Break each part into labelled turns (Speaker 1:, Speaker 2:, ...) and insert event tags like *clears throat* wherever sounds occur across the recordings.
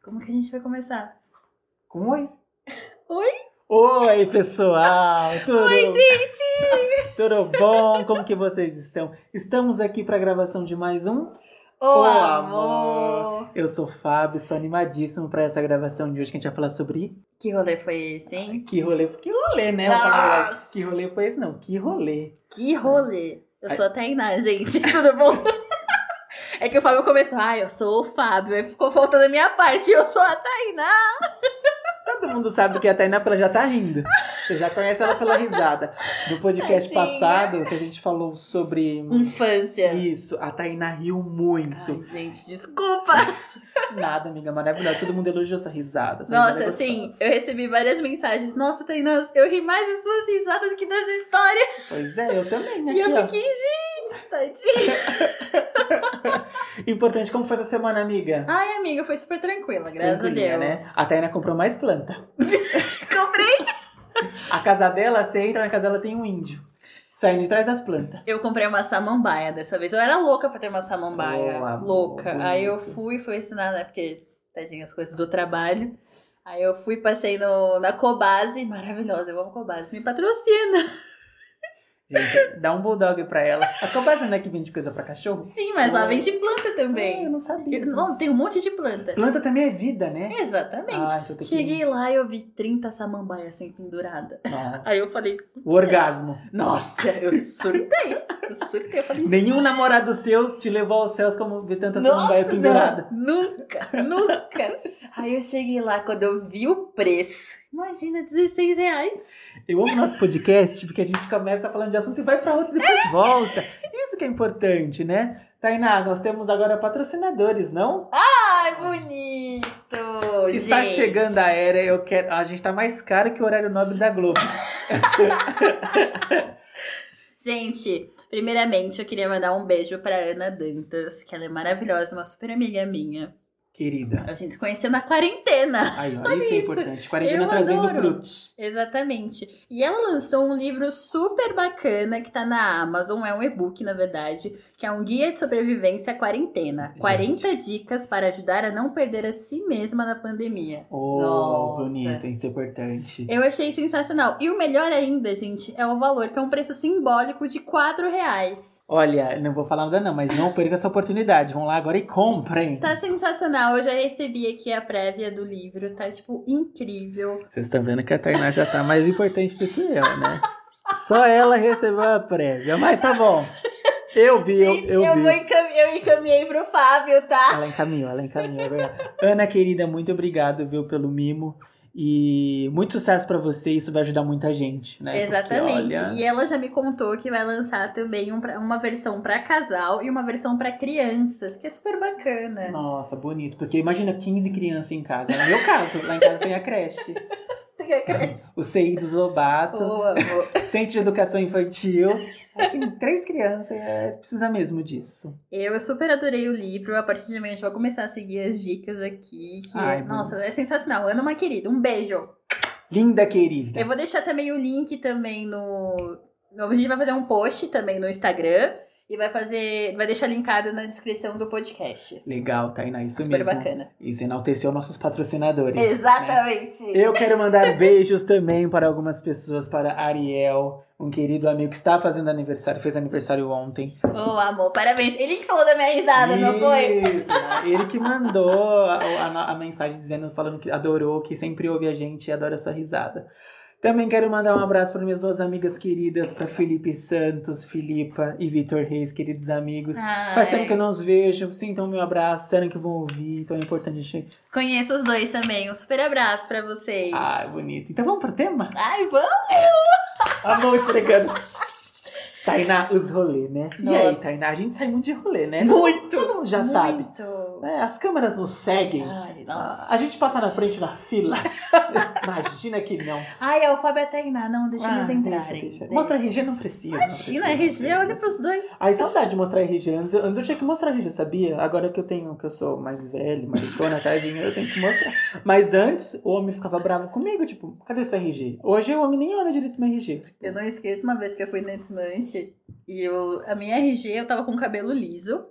Speaker 1: Como que a gente vai começar?
Speaker 2: Com um oi.
Speaker 1: Oi?
Speaker 2: Oi, pessoal!
Speaker 1: *laughs*
Speaker 2: Tudo,
Speaker 1: Oi, gente!
Speaker 2: *laughs* tudo bom? Como que vocês estão? Estamos aqui para a gravação de mais um.
Speaker 1: Ô,
Speaker 2: Ô,
Speaker 1: amor.
Speaker 2: Eu sou o Fábio, estou animadíssimo para essa gravação de hoje que a gente vai falar sobre
Speaker 1: Que rolê foi esse, hein?
Speaker 2: que rolê. Que rolê, né? Vamos falar a verdade.
Speaker 1: Nossa!
Speaker 2: Que rolê foi esse? Não, que rolê.
Speaker 1: Que rolê! Eu sou a Tainá, gente. *laughs* Tudo bom? É que o Fábio começou, ah, eu sou o Fábio. Aí ficou faltando a minha parte, eu sou a Tainá.
Speaker 2: Todo mundo sabe que a Tainá ela já tá rindo. Você já conhece ela pela risada. No podcast
Speaker 1: Tadinha.
Speaker 2: passado que a gente falou sobre.
Speaker 1: Infância.
Speaker 2: Isso, a Tainá riu muito.
Speaker 1: Ai, gente, desculpa.
Speaker 2: Nada, amiga, maravilhosa. Todo mundo elogiou essa risada. essa risada
Speaker 1: Nossa,
Speaker 2: é
Speaker 1: assim,
Speaker 2: gostosa.
Speaker 1: eu recebi várias mensagens. Nossa, Tainá, eu ri mais das suas risadas do que das histórias.
Speaker 2: Pois é, eu também,
Speaker 1: e
Speaker 2: aqui,
Speaker 1: eu
Speaker 2: ó.
Speaker 1: fiquei, gente, tadinha.
Speaker 2: Importante, como foi essa semana, amiga?
Speaker 1: Ai, amiga, foi super tranquila, graças a
Speaker 2: Tranquilinha,
Speaker 1: Deus.
Speaker 2: Né? A Taina comprou mais planta.
Speaker 1: Comprei.
Speaker 2: A casa dela, você entra na casa dela, tem um índio. Saindo de trás das plantas.
Speaker 1: Eu comprei uma samambaia dessa vez. Eu era louca pra ter uma samambaia.
Speaker 2: Boa,
Speaker 1: louca.
Speaker 2: bonito.
Speaker 1: Aí eu fui, fui ensinar, né? Porque, tadinha, as coisas do trabalho. Aí eu fui, passei no, na Cobase. Maravilhosa, eu amo Cobase. Me patrocina.
Speaker 2: Gente, dá um bulldog pra ela. A Cobasa não é que vende coisa pra cachorro?
Speaker 1: Sim, mas lá vende planta
Speaker 2: Ah,
Speaker 1: também.
Speaker 2: eu
Speaker 1: *laughs*
Speaker 2: não sabia.
Speaker 1: Não, tem um monte de planta.
Speaker 2: Planta também é vida, né?
Speaker 1: Exatamente.
Speaker 2: Ah, então tem que-
Speaker 1: Cheguei lá e eu vi 30 samambaias assim pendurada.
Speaker 2: Nossa.
Speaker 1: Aí eu falei.
Speaker 2: O orgasmo.
Speaker 1: Nossa, eu surtei. Eu surtei. Eu falei,
Speaker 2: Nenhum namorado seu te levou aos céus como ver tanta
Speaker 1: Nossa,
Speaker 2: samambaia pendurada.
Speaker 1: não. Nunca, nunca. Aí eu cheguei lá, quando eu vi o preço, imagina, 16 reais.
Speaker 2: Eu amo nosso podcast porque a gente começa falando de assunto e vai pra outro e depois volta. Isso que é importante, né? Tainá, nós temos agora patrocinadores, não?
Speaker 1: Ai, bonito!
Speaker 2: Está
Speaker 1: gente.
Speaker 2: chegando a era, eu quero. A gente tá mais caro que o horário nobre da Globo.
Speaker 1: Gente, primeiramente eu queria mandar um beijo pra Ana Dantas, que ela é maravilhosa, uma super amiga minha.
Speaker 2: Querida.
Speaker 1: A gente se conheceu na quarentena.
Speaker 2: Aí, ó, isso, é
Speaker 1: isso.
Speaker 2: importante. Quarentena
Speaker 1: Eu
Speaker 2: trazendo
Speaker 1: adoro.
Speaker 2: frutos.
Speaker 1: Exatamente. E ela lançou um livro super bacana que tá na Amazon, é um e-book, na verdade, que é um guia de sobrevivência à quarentena.
Speaker 2: Gente.
Speaker 1: 40 dicas para ajudar a não perder a si mesma na pandemia.
Speaker 2: Oh,
Speaker 1: Nossa.
Speaker 2: bonito, isso é importante.
Speaker 1: Eu achei sensacional. E o melhor ainda, gente, é o valor, que é um preço simbólico de 4 reais.
Speaker 2: Olha, não vou falar nada, não, mas não perca essa oportunidade. Vão lá agora e comprem.
Speaker 1: Tá sensacional. Eu já recebi aqui a prévia do livro, tá tipo incrível.
Speaker 2: Vocês estão vendo que a Tainá já tá mais importante do que eu, né? Só ela recebeu a prévia, mas tá bom. Eu vi, eu, eu vi.
Speaker 1: encaminhei, eu encaminhei pro Fábio, tá?
Speaker 2: Ela encaminhou, ela encaminhou, é verdade. Ana, querida, muito obrigado, viu, pelo mimo. E muito sucesso pra você, isso vai ajudar muita gente, né? Porque,
Speaker 1: Exatamente.
Speaker 2: olha,
Speaker 1: E ela já me contou que vai lançar também um pra- uma versão pra casal e uma versão pra crianças, que é super bacana.
Speaker 2: Nossa, bonito. Porque imagina 15 crianças em casa. No meu caso, lá em casa tem a creche. O CI dos Lobato,
Speaker 1: Boa, boa.
Speaker 2: Centro de Educação Infantil. Aí Tem três crianças, é, precisa mesmo disso.
Speaker 1: Eu super adorei o livro. A partir de amanhã a gente vai começar a seguir as dicas aqui. que
Speaker 2: Ai,
Speaker 1: é- nossa, é sensacional. Ana, uma querida, um beijo.
Speaker 2: Linda querida.
Speaker 1: Eu vou deixar também o link também no. A gente vai fazer um post também no Instagram e vai fazer. Vai deixar linkado na descrição do podcast.
Speaker 2: Legal, Tainá, isso
Speaker 1: super
Speaker 2: mesmo.
Speaker 1: bacana.
Speaker 2: Isso enalteceu nossos patrocinadores. né?
Speaker 1: Exatamente.
Speaker 2: Eu quero mandar beijos também para algumas pessoas, para Ariel, um querido amigo que está fazendo aniversário, fez aniversário ontem.
Speaker 1: Ô, amor, parabéns. Ele que falou da minha risada, não foi?
Speaker 2: Isso, né? ele que mandou a, a- a mensagem dizendo, falando que adorou, que sempre ouve a gente e adora a sua risada. Também quero mandar um abraço para minhas duas amigas queridas, para Felipe Santos, Filipa e Vitor Reis, queridos amigos.
Speaker 1: Ai,
Speaker 2: Faz tempo que eu não os vejo, sintam meu abraço, disseram que vão ouvir, então é importante a gente.
Speaker 1: Conheço os dois também. Um super abraço pra vocês.
Speaker 2: Ai, bonito. Então vamos pro tema?
Speaker 1: Ai, vamos!
Speaker 2: A mão esfregando. *laughs* Tainá, os rolê, né? E aí,
Speaker 1: Nossa.
Speaker 2: Tainá, a gente sai muito de rolê, né?
Speaker 1: Muito,
Speaker 2: Todo mundo já
Speaker 1: Muito.
Speaker 2: sabe. É, as câmeras nos seguem. Ah,
Speaker 1: Ai, nossa.
Speaker 2: A gente passa na frente da *laughs* fila. Imagina que não.
Speaker 1: Ai, a Fábio até iná. Não, deixa
Speaker 2: Ah,
Speaker 1: eles
Speaker 2: deixa,
Speaker 1: entrarem.
Speaker 2: deixa.
Speaker 1: Deixa.
Speaker 2: Mostra a RG, não precisa. não
Speaker 1: Imagina,
Speaker 2: precisa, não
Speaker 1: RG,
Speaker 2: precisa.
Speaker 1: olha pros dois.
Speaker 2: Ai, saudade de mostrar RG. Antes, eu- antes eu tinha que mostrar RG, sabia? Agora que eu tenho, que eu sou mais velho, maricona, tadinha, eu tenho que mostrar. Mas antes, o homem ficava bravo comigo, tipo, cadê seu RG? Hoje o homem nem olha direito meu RG.
Speaker 1: Eu não esqueço uma vez que eu fui na desmanche e eu, a minha RG eu tava com cabelo liso,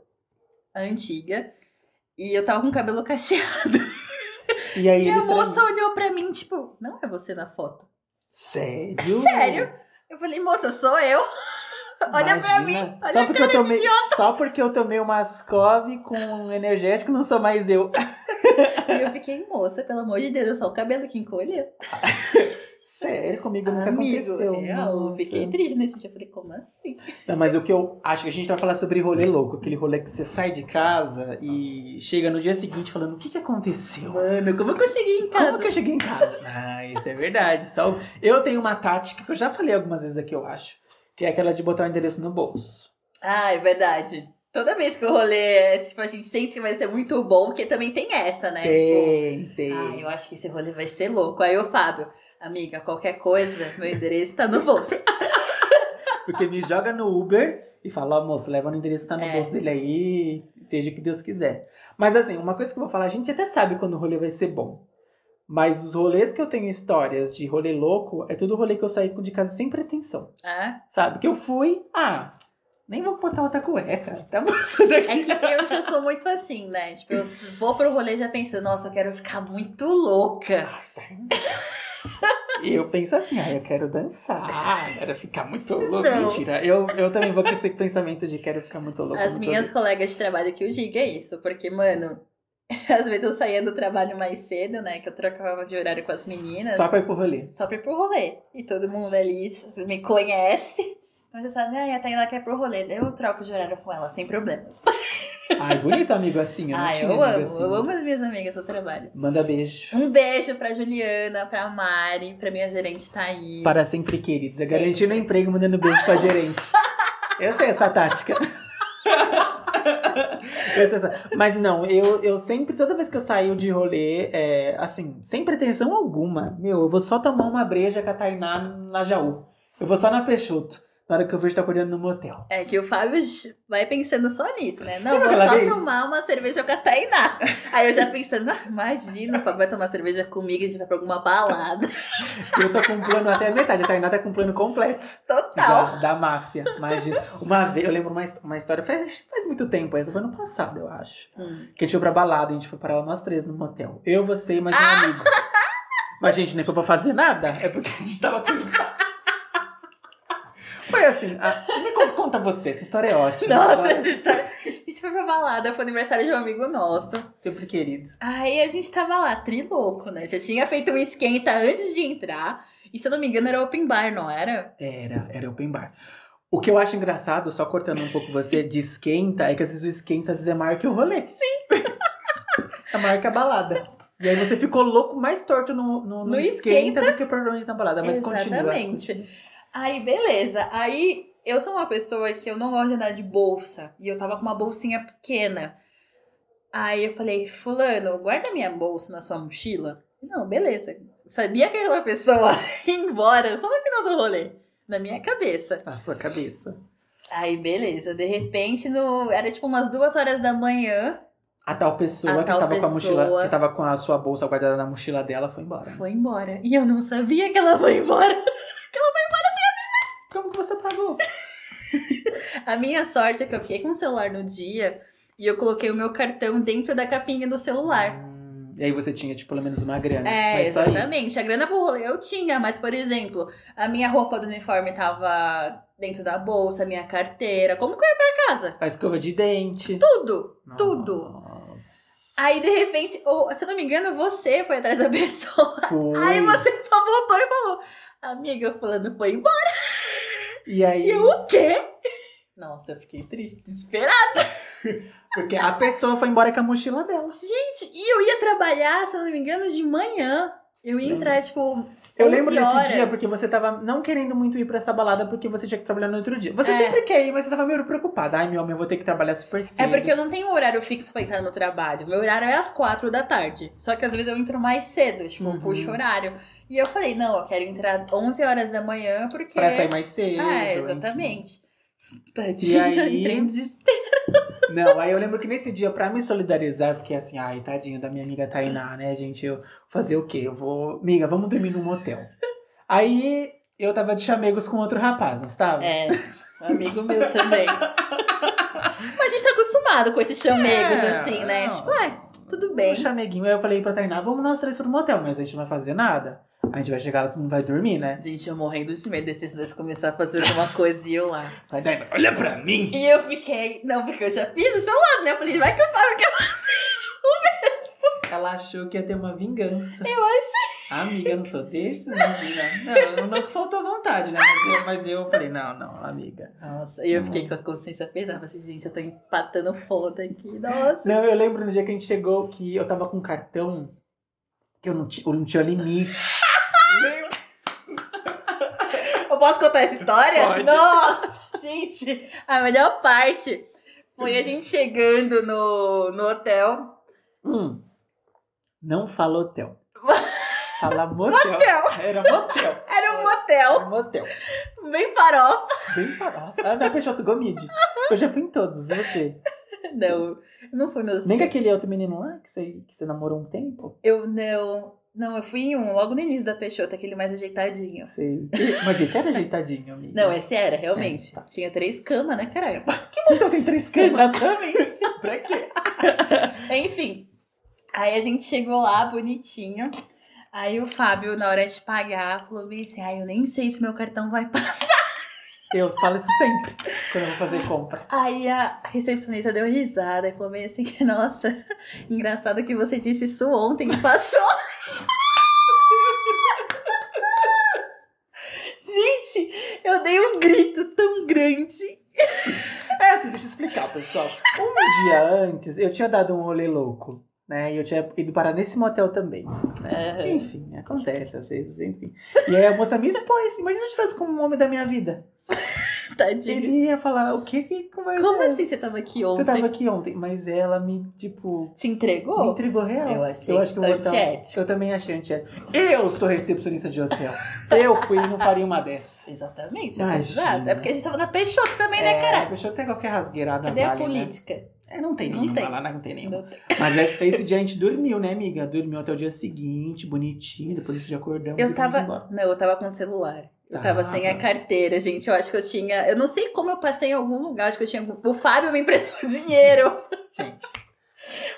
Speaker 1: a antiga, e eu tava com cabelo cacheado.
Speaker 2: E aí
Speaker 1: E a
Speaker 2: eles
Speaker 1: moça
Speaker 2: trazem-
Speaker 1: olhou pra mim, tipo, não é você na foto.
Speaker 2: Sério?
Speaker 1: Sério? Eu falei, moça, sou eu. *laughs* Olha pra
Speaker 2: Imagina.
Speaker 1: mim, olha
Speaker 2: só
Speaker 1: pra
Speaker 2: porque eu tomei, só porque eu tomei uma Ascov com um energético, não sou mais eu.
Speaker 1: E eu fiquei, moça, pelo amor de Deus, é só o cabelo que encolheu.
Speaker 2: Sério, comigo nunca
Speaker 1: Amigo, é
Speaker 2: aconteceu.
Speaker 1: eu
Speaker 2: nossa.
Speaker 1: fiquei triste nesse dia. Eu falei, como assim?
Speaker 2: Não, mas o que eu acho que a gente vai falar sobre rolê louco, aquele rolê que você sai de casa e chega no dia seguinte falando o que, que aconteceu.
Speaker 1: Mano, como que eu cheguei em casa?
Speaker 2: Como que eu cheguei em casa? *laughs* Ah, isso é verdade. Só... Eu tenho uma tática que eu já falei algumas vezes aqui, eu acho. Que é aquela de botar o endereço no bolso.
Speaker 1: Ah, é verdade. Toda vez que o rolê, é, tipo, a gente sente que vai ser muito bom, porque também tem essa, né? Tipo,
Speaker 2: Tem, tem.
Speaker 1: ah, eu acho que esse rolê vai ser louco. Aí o Fábio, amiga, qualquer coisa, meu endereço tá no bolso. *laughs*
Speaker 2: Porque me joga no Uber e fala, ó, moço, leva no endereço que tá no
Speaker 1: É.
Speaker 2: bolso dele aí, seja o que Deus quiser. Mas assim, uma coisa que eu vou falar, a gente até sabe quando o rolê vai ser bom. Mas os rolês que eu tenho histórias de rolê louco, é tudo rolê que eu saí de casa sem pretensão.
Speaker 1: Ah,
Speaker 2: Sabe? Que eu fui, ah, nem vou botar outra cueca. Tá moçando aqui.
Speaker 1: é que eu já sou muito assim, né? Tipo, eu vou pro rolê e já penso, nossa, eu quero ficar muito louca.
Speaker 2: E eu penso assim, ah, eu quero dançar, eu quero ficar muito louco.
Speaker 1: Não.
Speaker 2: Mentira, eu, eu também vou com esse pensamento de quero ficar muito louco.
Speaker 1: As
Speaker 2: muito
Speaker 1: minhas colegas de trabalho que eu digo é isso, porque, mano, *laughs* às vezes eu saía do trabalho mais cedo, né? Que eu trocava de horário com as meninas.
Speaker 2: louco. Só pra ir pro rolê.
Speaker 1: só pra ir pro rolê. E todo mundo ali s- me conhece. Então já sabe, ah, a Tayla quer ir pro rolê. Daí Eu troco de horário com ela, sem problemas.
Speaker 2: Ai, bonito amigo assim, eu não
Speaker 1: ah,
Speaker 2: tinha
Speaker 1: eu amo,
Speaker 2: amigo assim.
Speaker 1: eu amo as minhas amigas do trabalho.
Speaker 2: Manda beijo.
Speaker 1: Um beijo pra Juliana, pra Mari, pra minha gerente Thaís.
Speaker 2: Para sempre querida.
Speaker 1: Sempre.
Speaker 2: Garantindo emprego, mandando beijo pra gerente. Eu sei essa
Speaker 1: *laughs*
Speaker 2: tática. Eu sei essa- Mas não, eu, eu sempre, toda vez que eu saio de rolê, é, assim, sem pretensão alguma, meu, eu vou só tomar uma breja com a Tainá na Jaú. Eu vou só na Peixoto, na hora que eu vejo tá acordando no motel.
Speaker 1: É que o Fábio j- vai pensando só nisso, né? Não,
Speaker 2: Lembra
Speaker 1: vou
Speaker 2: aquela
Speaker 1: só
Speaker 2: vez?
Speaker 1: tomar uma cerveja com a Tainá. Aí eu já pensando, ah, imagina, o Fábio vai tomar cerveja comigo e a gente vai pra alguma balada.
Speaker 2: Eu tô com um plano até a metade, a Tainá tá com um plano completo.
Speaker 1: *laughs* Total.
Speaker 2: Já, da máfia, imagina. Uma vez, eu lembro uma, his- uma história, faz, faz muito tempo, essa foi ano passado, eu acho.
Speaker 1: Hum.
Speaker 2: Que a gente foi pra balada, a gente foi parar nós três no motel. Eu, você e mais um
Speaker 1: Ah!
Speaker 2: amigo. Mas, gente, nem foi pra fazer nada. É porque a gente tava cansado. Foi assim, a- me con- conta você, essa história é ótima.
Speaker 1: Nossa,
Speaker 2: Agora,
Speaker 1: essa história. *laughs* A gente foi pra balada, foi aniversário de um amigo nosso.
Speaker 2: Sempre querido.
Speaker 1: Aí a gente tava lá, trilouco, né? Já tinha feito um esquenta antes de entrar. E se eu não me engano, era open bar, não era?
Speaker 2: Era, era open bar. O que eu acho engraçado, só cortando um pouco você, de esquenta, é que às vezes o esquenta às vezes é maior que o rolê. Sim. *laughs* é maior que a balada. E aí você ficou louco mais torto no, no, no
Speaker 1: No
Speaker 2: esquenta, do que provavelmente na balada. Tá, Mas
Speaker 1: Exatamente.
Speaker 2: continua.
Speaker 1: Aí, beleza. Aí eu sou uma pessoa que eu não gosto de andar de bolsa. E eu tava com uma bolsinha pequena. Aí eu falei, Fulano, guarda minha bolsa na sua mochila. Não, beleza. Sabia que aquela pessoa *laughs* ia embora só no final do rolê. Na minha cabeça.
Speaker 2: A sua cabeça.
Speaker 1: Aí, beleza. De repente, no... era tipo umas duas horas da manhã.
Speaker 2: A tal pessoa
Speaker 1: A
Speaker 2: que
Speaker 1: tal
Speaker 2: estava com a mochila,
Speaker 1: pessoa.
Speaker 2: que estava com a sua bolsa guardada na mochila dela, foi embora.
Speaker 1: Foi embora. E eu não sabia que ela foi embora.
Speaker 2: Como que você pagou?
Speaker 1: A minha sorte é que eu fiquei com o celular no dia e eu coloquei o meu cartão dentro da capinha do celular.
Speaker 2: Hum, e aí você tinha, tipo, pelo menos uma grana.
Speaker 1: É,
Speaker 2: Mas só isso.
Speaker 1: exatamente. A grana pro rolê eu tinha, mas, por exemplo, a minha roupa do uniforme tava dentro da bolsa, a minha carteira. Como que eu ia pra casa?
Speaker 2: A escova de dente.
Speaker 1: Tudo! Tudo.
Speaker 2: Nossa.
Speaker 1: Aí, de repente, ou, se eu não me engano, você foi atrás da *laughs* pessoa.
Speaker 2: Foi.
Speaker 1: Aí você só voltou e falou: Amiga, fulano foi embora.
Speaker 2: E aí...
Speaker 1: E eu, o quê? Nossa, eu fiquei triste, desesperada.
Speaker 2: Porque a pessoa foi embora com a mochila dela.
Speaker 1: Gente, e eu ia trabalhar, se eu não me engano, de manhã. Eu ia entrar, tipo.
Speaker 2: Eu
Speaker 1: 11
Speaker 2: lembro desse dia
Speaker 1: horas.
Speaker 2: porque você tava não querendo muito ir pra essa balada porque você tinha que trabalhar no outro dia. Você
Speaker 1: É.
Speaker 2: sempre quer ir, mas você tava meio preocupada. Ai, meu homem, eu vou ter que trabalhar super cedo.
Speaker 1: É porque eu não tenho horário fixo pra entrar no trabalho. Meu horário é às quatro da tarde. Só que às vezes eu entro mais cedo, tipo,
Speaker 2: Uhum.
Speaker 1: puxo horário. E eu falei, não, eu quero entrar 11 horas da manhã porque.
Speaker 2: Pra sair mais cedo.
Speaker 1: É,
Speaker 2: enfim.
Speaker 1: exatamente.
Speaker 2: E
Speaker 1: Tadinha, *laughs* entrei em
Speaker 2: aí...
Speaker 1: desespero.
Speaker 2: Não, aí eu lembro que nesse dia, pra me solidarizar, eu fiquei assim, ai, tadinho da minha amiga Tainá, né, gente? Eu fazer o quê? Eu vou... Amiga, vamos dormir num motel. Aí... Eu tava de chamegos com outro rapaz, não estava?
Speaker 1: É, um amigo meu *laughs* também. Mas a gente tá acostumado com esses chamegos,
Speaker 2: É,
Speaker 1: assim, né?
Speaker 2: não.
Speaker 1: Tipo, ah, Tudo bem.
Speaker 2: O chameguinho, aí eu falei pra Tainá, vamos nós três pro motel, mas a gente não vai fazer nada. A gente vai chegar lá, todo mundo vai dormir, né?
Speaker 1: Gente, eu morrendo de medo desses dois começar a fazer alguma coisa e eu lá.
Speaker 2: Aí Tainá, olha pra mim!
Speaker 1: E eu fiquei. Não, porque eu já fiz do seu lado, né? Eu falei, vai que eu falo que eu
Speaker 2: Ela achou que ia ter uma vingança.
Speaker 1: eu acho.
Speaker 2: Amiga, não sou desse, não, amiga. Não, não que faltou vontade, né? Mas eu, mas eu falei, não, não, amiga.
Speaker 1: Nossa, e eu
Speaker 2: Uhum.
Speaker 1: fiquei com a consciência pesada. Falei assim, gente, eu tô empatando foda aqui. Nossa.
Speaker 2: Não, eu lembro no dia que a gente chegou que eu tava com um cartão que eu não, ti- eu não
Speaker 1: *laughs*
Speaker 2: tinha limite.
Speaker 1: Eu posso contar essa história?
Speaker 2: Pode.
Speaker 1: Nossa, *laughs* gente, a melhor parte foi a gente chegando no, no hotel.
Speaker 2: Hum, não fala hotel. Fala motel.
Speaker 1: Hotel.
Speaker 2: Era motel.
Speaker 1: Era um motel,
Speaker 2: Era motel.
Speaker 1: bem farofa.
Speaker 2: Bem farofa. Ah, não, Peixoto Gomide. Eu já fui em todos, você.
Speaker 1: Não, não fui nos.
Speaker 2: Nem com aquele outro menino lá que você, que você namorou um tempo.
Speaker 1: Eu não. Não, eu fui em um, logo no início da Peixoto, aquele mais ajeitadinho.
Speaker 2: Sei. Mas que era ajeitadinho, amiga.
Speaker 1: Não, esse era, realmente.
Speaker 2: É, tá.
Speaker 1: Tinha três camas, né, caralho?
Speaker 2: Então tem três camas.
Speaker 1: Exatamente.
Speaker 2: pra quê?
Speaker 1: Enfim, aí a gente chegou lá bonitinho. Aí o Fábio, na hora de pagar, falou bem assim: ai, eu nem sei se meu cartão vai passar. *laughs*
Speaker 2: Eu falo isso sempre quando eu vou fazer compra.
Speaker 1: Aí a recepcionista deu risada e falou bem assim: *laughs* nossa, engraçado que você disse isso ontem que passou. *laughs* gente, eu dei um grito tão grande.
Speaker 2: É assim, deixa eu explicar, pessoal. Um dia antes, eu tinha dado um rolê louco, né? E eu tinha ido parar nesse motel também.
Speaker 1: É.
Speaker 2: Enfim, acontece às vezes, enfim. E aí a moça me expõe assim, imagina se eu tivesse como um homem da minha vida.
Speaker 1: Tadinho.
Speaker 2: Ele ia falar, o que que conversa
Speaker 1: Como
Speaker 2: é essa?
Speaker 1: assim você tava aqui ontem?
Speaker 2: Você tava aqui ontem, mas ela me, tipo,
Speaker 1: Te
Speaker 2: me
Speaker 1: entregou?
Speaker 2: intrigou real.
Speaker 1: Eu achei
Speaker 2: acho que eu vou botar-
Speaker 1: antiético.
Speaker 2: Eu também achei antiético. Eu sou recepcionista de hotel. Eu fui e não faria uma dessa.
Speaker 1: Exatamente,
Speaker 2: Imagina.
Speaker 1: exato. É porque a gente tava na Peixoto também, né,
Speaker 2: É,
Speaker 1: caralho?
Speaker 2: deixa eu ter qualquer rasgueirada
Speaker 1: Cadê a
Speaker 2: vale, né?
Speaker 1: política?
Speaker 2: É, não tem
Speaker 1: Não
Speaker 2: nenhuma
Speaker 1: tem.
Speaker 2: lá, não tem nenhuma.
Speaker 1: Não tem.
Speaker 2: Mas é- esse dia a gente dormiu, né, amiga? Dormiu até o dia seguinte, bonitinho, depois a gente acordamos e
Speaker 1: Eu
Speaker 2: fomos embora.
Speaker 1: tava. Não, eu tava com o celular. Eu tava
Speaker 2: Tava.
Speaker 1: sem a carteira, gente. Eu acho que eu tinha. Eu não sei como eu passei em algum lugar. Acho que eu tinha. O Fábio me emprestou *laughs* dinheiro.
Speaker 2: Gente.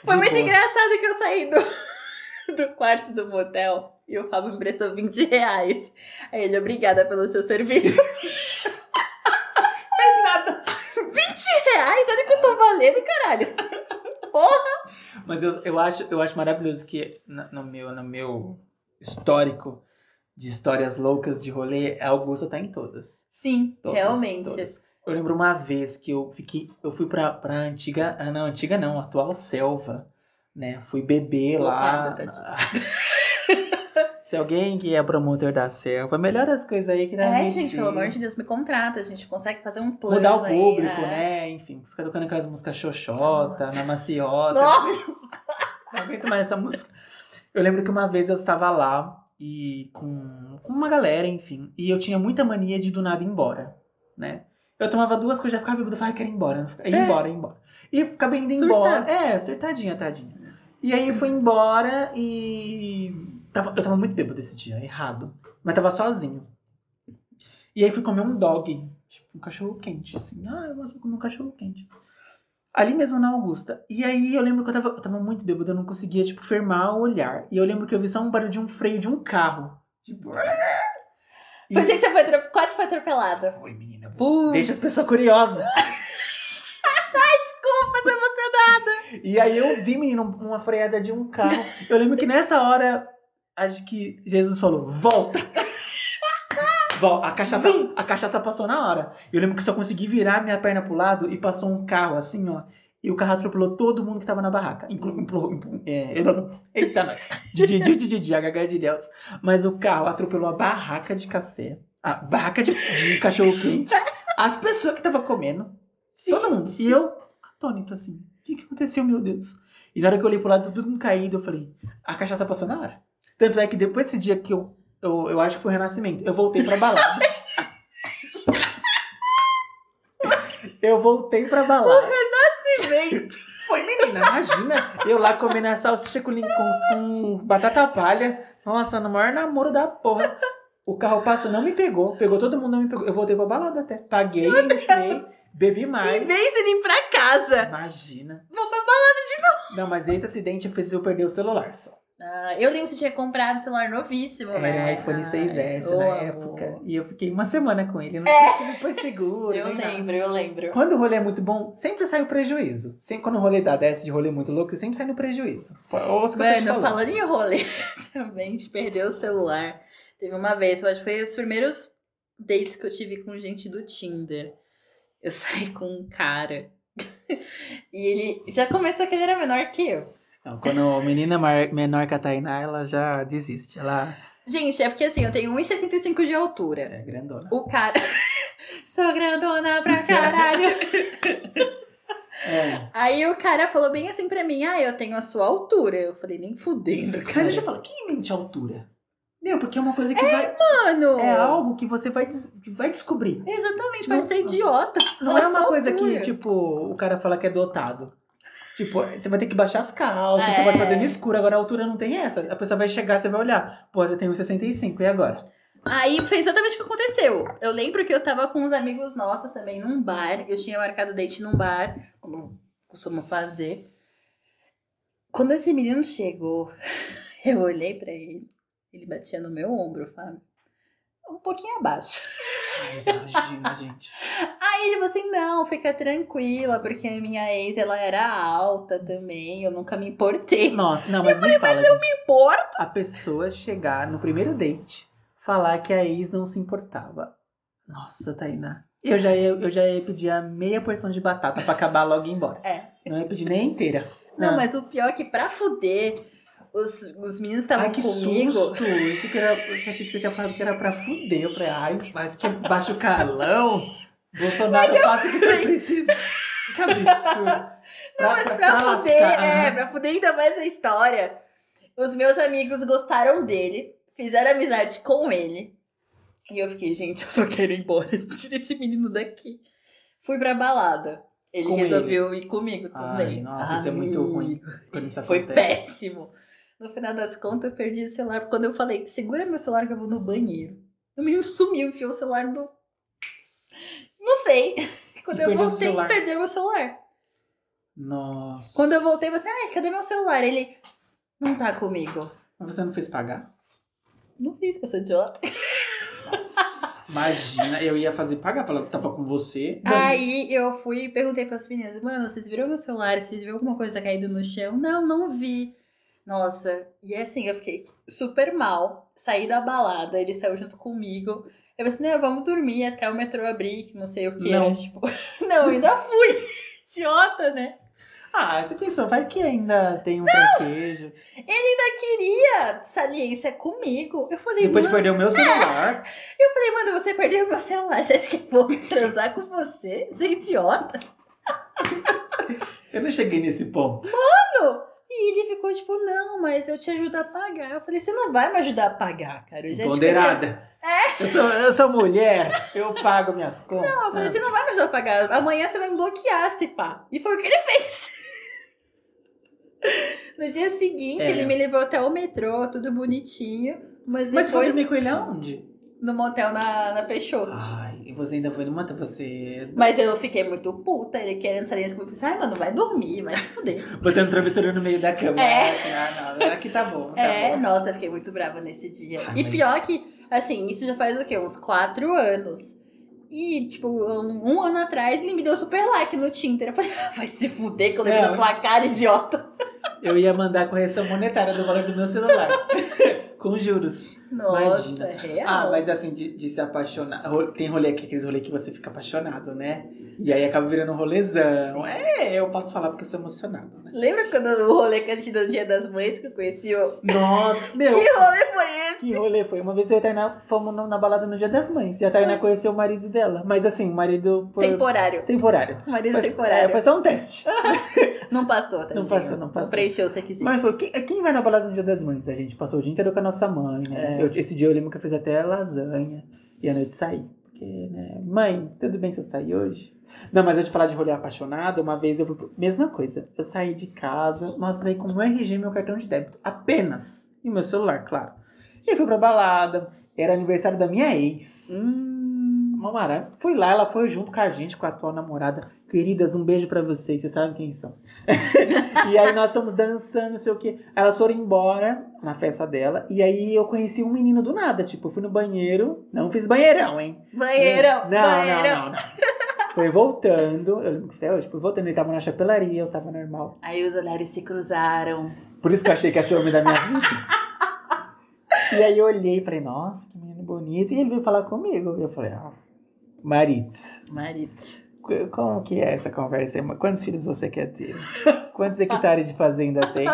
Speaker 1: Foi
Speaker 2: de
Speaker 1: muito
Speaker 2: boa.
Speaker 1: engraçado que eu saí do, do *laughs* quarto do motel e o Fábio me emprestou 20 reais. Aí ele, obrigada pelos seus
Speaker 2: *laughs*
Speaker 1: serviços.
Speaker 2: Faz nada.
Speaker 1: 20 reais? Olha o que eu tô valendo, caralho.
Speaker 2: Mas eu, eu, acho, eu acho maravilhoso que na- no meu, no meu histórico de histórias loucas de rolê, a Augusta tá em todas.
Speaker 1: Sim,
Speaker 2: Todas,
Speaker 1: realmente.
Speaker 2: todas. Eu lembro uma vez que eu fiquei. Eu fui pra, pra antiga. Ah, não, antiga não, atual selva. Né? Fui beber lá.
Speaker 1: Flopada,
Speaker 2: *laughs* Se alguém que é promotor da selva, melhora as coisas aí que dá
Speaker 1: É,
Speaker 2: gente.
Speaker 1: gente, pelo amor de Deus, me contrata. A gente consegue fazer um plano.
Speaker 2: Mudar o
Speaker 1: aí,
Speaker 2: público,
Speaker 1: é.
Speaker 2: né? Enfim, fica tocando aquelas músicas xoxota, na maciota.
Speaker 1: Nossa,
Speaker 2: Não aguento mais essa música. Eu lembro que uma vez eu estava lá e com com uma galera, enfim, e eu tinha muita mania de do nada ir embora, né? Eu tomava duas coisas, já ficava bêbada, falava, ai, quero ir embora, ia
Speaker 1: É.
Speaker 2: embora, ia embora. E eu ficava indo embora.
Speaker 1: Surtada.
Speaker 2: É, surtadinha, tadinha. E aí eu fui embora e. Tava, eu tava muito bêbado esse dia, errado. Mas tava sozinho. E aí fui comer um dog, tipo, um cachorro quente, assim. Ah, eu gosto de comer um cachorro quente. Ali mesmo na Augusta. E aí eu lembro que eu tava, eu tava muito bêbado, eu não conseguia, tipo, firmar o olhar. E eu lembro que eu vi só um barulho de um freio de um carro. Tipo. E-
Speaker 1: foi o dia que você foi atro- quase foi atropelada.
Speaker 2: Oi, menina.
Speaker 1: Putz.
Speaker 2: Deixa as pessoas curiosas.
Speaker 1: Mas eu vou ser-
Speaker 2: E aí eu vi, menino, uma freada de um carro. Eu lembro que nessa hora, acho que Jesus falou, *laughs* volta! Vol- A cachaça,
Speaker 1: Zum.
Speaker 2: a cachaça passou na hora. Eu lembro que só consegui virar minha perna pro lado e passou um carro assim, ó. E o carro atropelou todo mundo que tava na barraca. Inclu, implu- implu- é, eita, nós. *laughs* Didi, didi, didi, HH de Deus. Mas o carro atropelou a barraca de café. A barraca de, de *laughs* cachorro-quente. As pessoas que estavam comendo. Todo mundo. E eu, atônito, assim. O que, que aconteceu, meu Deus? E na hora que eu olhei pro lado, tudo caído, eu falei, a cachaça passou na hora. Tanto é que depois desse dia que eu, eu, eu acho que foi o renascimento, eu voltei pra balada. eu voltei pra balada.
Speaker 1: Sim,
Speaker 2: Foi, menina, imagina. Eu lá comendo a salsicha com, lim- com, com batata palha. Nossa, no maior namoro da porra. O carro passou, não me pegou. Pegou todo mundo, não me pegou. Eu voltei pra balada até. Paguei, entrei. Bebi
Speaker 1: Em
Speaker 2: mais.
Speaker 1: vez dele ir pra casa.
Speaker 2: Imagina.
Speaker 1: Vou pra
Speaker 2: Não, mas esse acidente fez eu perder o celular só.
Speaker 1: Ah, eu lembro que você tinha comprado um celular novíssimo,
Speaker 2: Era
Speaker 1: né?
Speaker 2: um iPhone
Speaker 1: Ai,
Speaker 2: 6S
Speaker 1: ô,
Speaker 2: na
Speaker 1: amor.
Speaker 2: época. E eu fiquei uma semana com ele. Não consegui pôr seguro.
Speaker 1: É. Eu
Speaker 2: nem nada.
Speaker 1: lembro, eu lembro.
Speaker 2: Quando o rolê é muito bom, sempre sai o prejuízo. Sempre quando o rolê dá dessa de rolê muito louco, você sempre sai no prejuízo. Ouça o que eu tô
Speaker 1: Mano,
Speaker 2: te falando.
Speaker 1: falando em rolê, *laughs* também de perder o celular. Teve uma vez, eu acho que foi os primeiros dates que eu tive com gente do Tinder. Eu *laughs* saí com um cara. e ele já começou que ele era menor que eu.
Speaker 2: Não, quando a menina mar- menor que a Tainá, ela já desiste. Ela
Speaker 1: Gente, é porque assim, eu tenho 1,75 de altura.
Speaker 2: é grandona.
Speaker 1: O
Speaker 2: *laughs*
Speaker 1: cara. *laughs* Sou grandona pra caralho.
Speaker 2: É.
Speaker 1: Aí o cara falou bem assim pra mim, ah, eu tenho a sua altura. Eu falei, nem fudendo,
Speaker 2: Mas
Speaker 1: cara.
Speaker 2: deixa eu falar, quem mente a altura? Meu, porque é uma coisa que vai.
Speaker 1: Mano!
Speaker 2: É algo que você vai, des- que vai descobrir.
Speaker 1: Exatamente,
Speaker 2: Não-
Speaker 1: pode ser idiota.
Speaker 2: Não
Speaker 1: Olha
Speaker 2: é
Speaker 1: a
Speaker 2: uma
Speaker 1: sua
Speaker 2: coisa que,
Speaker 1: altura.
Speaker 2: tipo, o cara fala que é dotado. Tipo, você vai ter que baixar as calças, você
Speaker 1: É.
Speaker 2: vai fazer no escuro. Agora a altura não tem essa. A pessoa vai chegar, você vai olhar. Pô, você tem 1,65, e agora?
Speaker 1: Aí foi exatamente o que aconteceu. Eu lembro que eu tava com uns amigos nossos também num bar. Eu tinha marcado date num bar, como eu costumo fazer. Quando esse menino chegou, *laughs* eu olhei pra ele. Ele batia no meu ombro, Fábio. Um pouquinho abaixo.
Speaker 2: Ai,
Speaker 1: *laughs*
Speaker 2: imagina, gente.
Speaker 1: Aí ele falou assim, não, fica tranquila, porque a minha ex, ela era alta também, eu nunca me
Speaker 2: *laughs*
Speaker 1: importei.
Speaker 2: Nossa, não, mas me fala. gente.
Speaker 1: Importa?
Speaker 2: A pessoa chegar no primeiro date, falar que a ex não se importava. Nossa, Tainá. Eu já ia, eu já ia pedir a meia porção de batata pra acabar logo e ir embora.
Speaker 1: É.
Speaker 2: Não ia pedir nem a inteira.
Speaker 1: Não,
Speaker 2: Não.
Speaker 1: mas o pior é que pra fuder, os, os meninos estavam
Speaker 2: Ai, que
Speaker 1: comigo...
Speaker 2: susto! Eu achei que, era, eu achei que você tinha falado que era pra fuder. Eu falei, ai, mas que baixo calão. Bolsonaro passa o que eu preciso.
Speaker 1: *laughs*
Speaker 2: Que absurdo.
Speaker 1: Não, mas pra fuder, é, pra fuder ainda mais a história. Os meus amigos gostaram dele, fizeram amizade com ele. E eu fiquei, gente, eu só quero ir embora, *laughs* tira esse menino daqui. Fui pra balada. Ele
Speaker 2: Com ele.
Speaker 1: resolveu ir comigo
Speaker 2: Ai,
Speaker 1: também.
Speaker 2: nossa, isso é muito ruim. Quando isso
Speaker 1: Foi
Speaker 2: acontece.
Speaker 1: péssimo. No final das contas, eu perdi o celular. Quando eu falei, segura meu celular que eu vou no banheiro. O menino sumiu, enfiou o celular no. Não sei. *laughs* Quando eu
Speaker 2: perdeu o
Speaker 1: voltei,
Speaker 2: celular.
Speaker 1: perdeu meu celular.
Speaker 2: Nossa.
Speaker 1: Quando eu voltei, você, ai, cadê meu celular? Ele. Não tá comigo.
Speaker 2: Mas você não fez pagar?
Speaker 1: Não fiz com essa idiota.
Speaker 2: Imagina, eu ia fazer pagar, falar que tava com você.
Speaker 1: Aí eu fui e perguntei pras meninas, mano, vocês viram meu celular? Vocês viram alguma coisa caindo no chão? Não, não vi. Nossa, e assim, eu fiquei super mal. Saí da balada, ele saiu junto comigo. Eu falei assim, não, vamos dormir até o metrô abrir, que não sei o que.
Speaker 2: Não.
Speaker 1: Era, tipo, *laughs* não, ainda fui. *laughs* Idiota, né?
Speaker 2: Ah, você pensou, vai que ainda tem um traquejo.
Speaker 1: Eu queria saliência comigo. Eu falei,
Speaker 2: Depois de
Speaker 1: mano,
Speaker 2: perder o meu celular.
Speaker 1: eu falei, mano, você perdeu meu celular. Você acha que eu vou transar com você? Você é idiota?
Speaker 2: Eu não cheguei nesse ponto.
Speaker 1: Mano, E ele ficou tipo, não, mas eu te ajudo a pagar. Eu falei, você não vai me ajudar a pagar, cara. Eu já te-
Speaker 2: Ponderada. É. Eu sou, eu sou mulher, eu pago minhas contas.
Speaker 1: Não, eu falei, você não vai me ajudar a pagar. Amanhã você vai me bloquear, se pá. E foi o que ele fez. *laughs* No dia seguinte,
Speaker 2: É.
Speaker 1: ele me levou até o metrô, tudo bonitinho. Mas
Speaker 2: Mas foi
Speaker 1: depois,
Speaker 2: dormir com ele aonde?
Speaker 1: no motel na, na Peixoto.
Speaker 2: Ai, e você ainda foi numa. tá, Você.
Speaker 1: Mas eu fiquei muito puta, ele querendo sair assim, eu pensei, ai, mano, vai dormir, vai se fuder.
Speaker 2: Botando travesseiro no meio da cama.
Speaker 1: É.
Speaker 2: Ah, não, aqui tá bom. Tá
Speaker 1: é,
Speaker 2: bom.
Speaker 1: nossa, eu fiquei muito brava nesse dia.
Speaker 2: Ah,
Speaker 1: e
Speaker 2: mas-
Speaker 1: pior que, assim, isso já faz o quê? Uns quatro anos. E, tipo, um, um ano atrás ele me deu super like no Tinder. Eu falei, *laughs* "Ah, vai se fuder que eu lembro da
Speaker 2: Não.
Speaker 1: tua cara, idiota.
Speaker 2: Eu ia mandar a correção monetária do valor do meu celular. *laughs* com juros.
Speaker 1: Nossa, é real.
Speaker 2: Ah, mas assim, de, de se apaixonar. Ro- Tem rolê aqui, aqueles rolê que você fica apaixonado, né? E aí acaba virando um rolezão. É, eu posso falar porque eu sou emocionado, né?
Speaker 1: Lembra quando o rolê que a gente deu no Dia das Mães que eu conheci o...
Speaker 2: Nossa,
Speaker 1: Que
Speaker 2: meu.
Speaker 1: rolê foi esse?
Speaker 2: Que rolê foi? Uma vez eu e a Tainá fomos no- na balada no Dia das Mães. E a Tainá conheceu o marido dela. Mas assim, o marido por...
Speaker 1: Temporário.
Speaker 2: temporário.
Speaker 1: Marido
Speaker 2: Foi,
Speaker 1: temporário.
Speaker 2: é, foi só um teste.
Speaker 1: Não passou, tadinho.
Speaker 2: Não passou, não passou.
Speaker 1: preencheu os requisitos.
Speaker 2: Mas foi, quem, quem vai na balada no Dia das Mães? A gente passou o dia inteiro com a nossa mãe, né? Eu- esse dia eu lembro que eu fiz até lasanha. E à noite saí. Porque, né? Mãe, tudo bem se eu sair hoje? Não, mas eu te falar de rolê apaixonado, uma vez eu fui. pro- Mesma coisa. Eu saí de casa, nossa, saí com o meu RG e meu cartão de débito. Apenas. E o meu celular, claro. E aí fui pra balada. Era aniversário da minha ex.
Speaker 1: Hum,
Speaker 2: Uma maravilha. Foi lá, ela foi junto com a gente, com a atual namorada. Queridas, um beijo pra vocês, vocês sabem quem são. *laughs* e aí nós fomos dançando, não sei o quê. Elas foram embora na festa dela. E aí eu conheci um menino do nada. Tipo, eu fui no banheiro. Não fiz banheirão, hein?
Speaker 1: Banheirão,
Speaker 2: não,
Speaker 1: banheirão.
Speaker 2: não, não, não. Foi voltando, eu lembro que até hoje, foi voltando, ele tava na chapelaria, eu tava normal.
Speaker 1: Aí os olhares se cruzaram.
Speaker 2: Por isso que eu achei que ia ser o homem da minha vida. E aí eu olhei e falei, nossa, que menino bonito. E ele veio falar comigo. E eu falei, ah, maridos,
Speaker 1: Marido.
Speaker 2: qu- como que é essa conversa? Quantos filhos você quer ter? Quantos hectares de fazenda tem?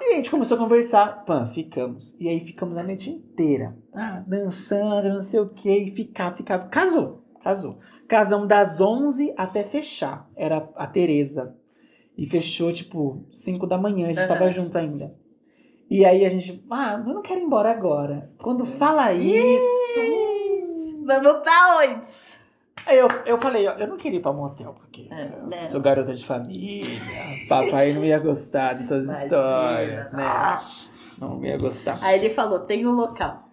Speaker 2: E a gente começou a conversar, pã, ficamos. E aí ficamos a noite inteira. Ah, dançando, não sei o que, e ficar, ficar. Casou, casou. Casamos das 11 até fechar. Era a Tereza. E fechou, tipo, 5 da manhã, a gente
Speaker 1: Aham.
Speaker 2: tava junto ainda. E aí a gente, ah, eu não quero ir embora agora. Quando fala isso.
Speaker 1: Vamos pra onde?
Speaker 2: Aí eu, eu falei, ó, eu não queria ir pra motel, porque
Speaker 1: É,
Speaker 2: eu
Speaker 1: né?
Speaker 2: sou garota de família, papai não ia gostar dessas
Speaker 1: Imagina.
Speaker 2: histórias, né? Não ia gostar.
Speaker 1: Aí ele falou, tem um local.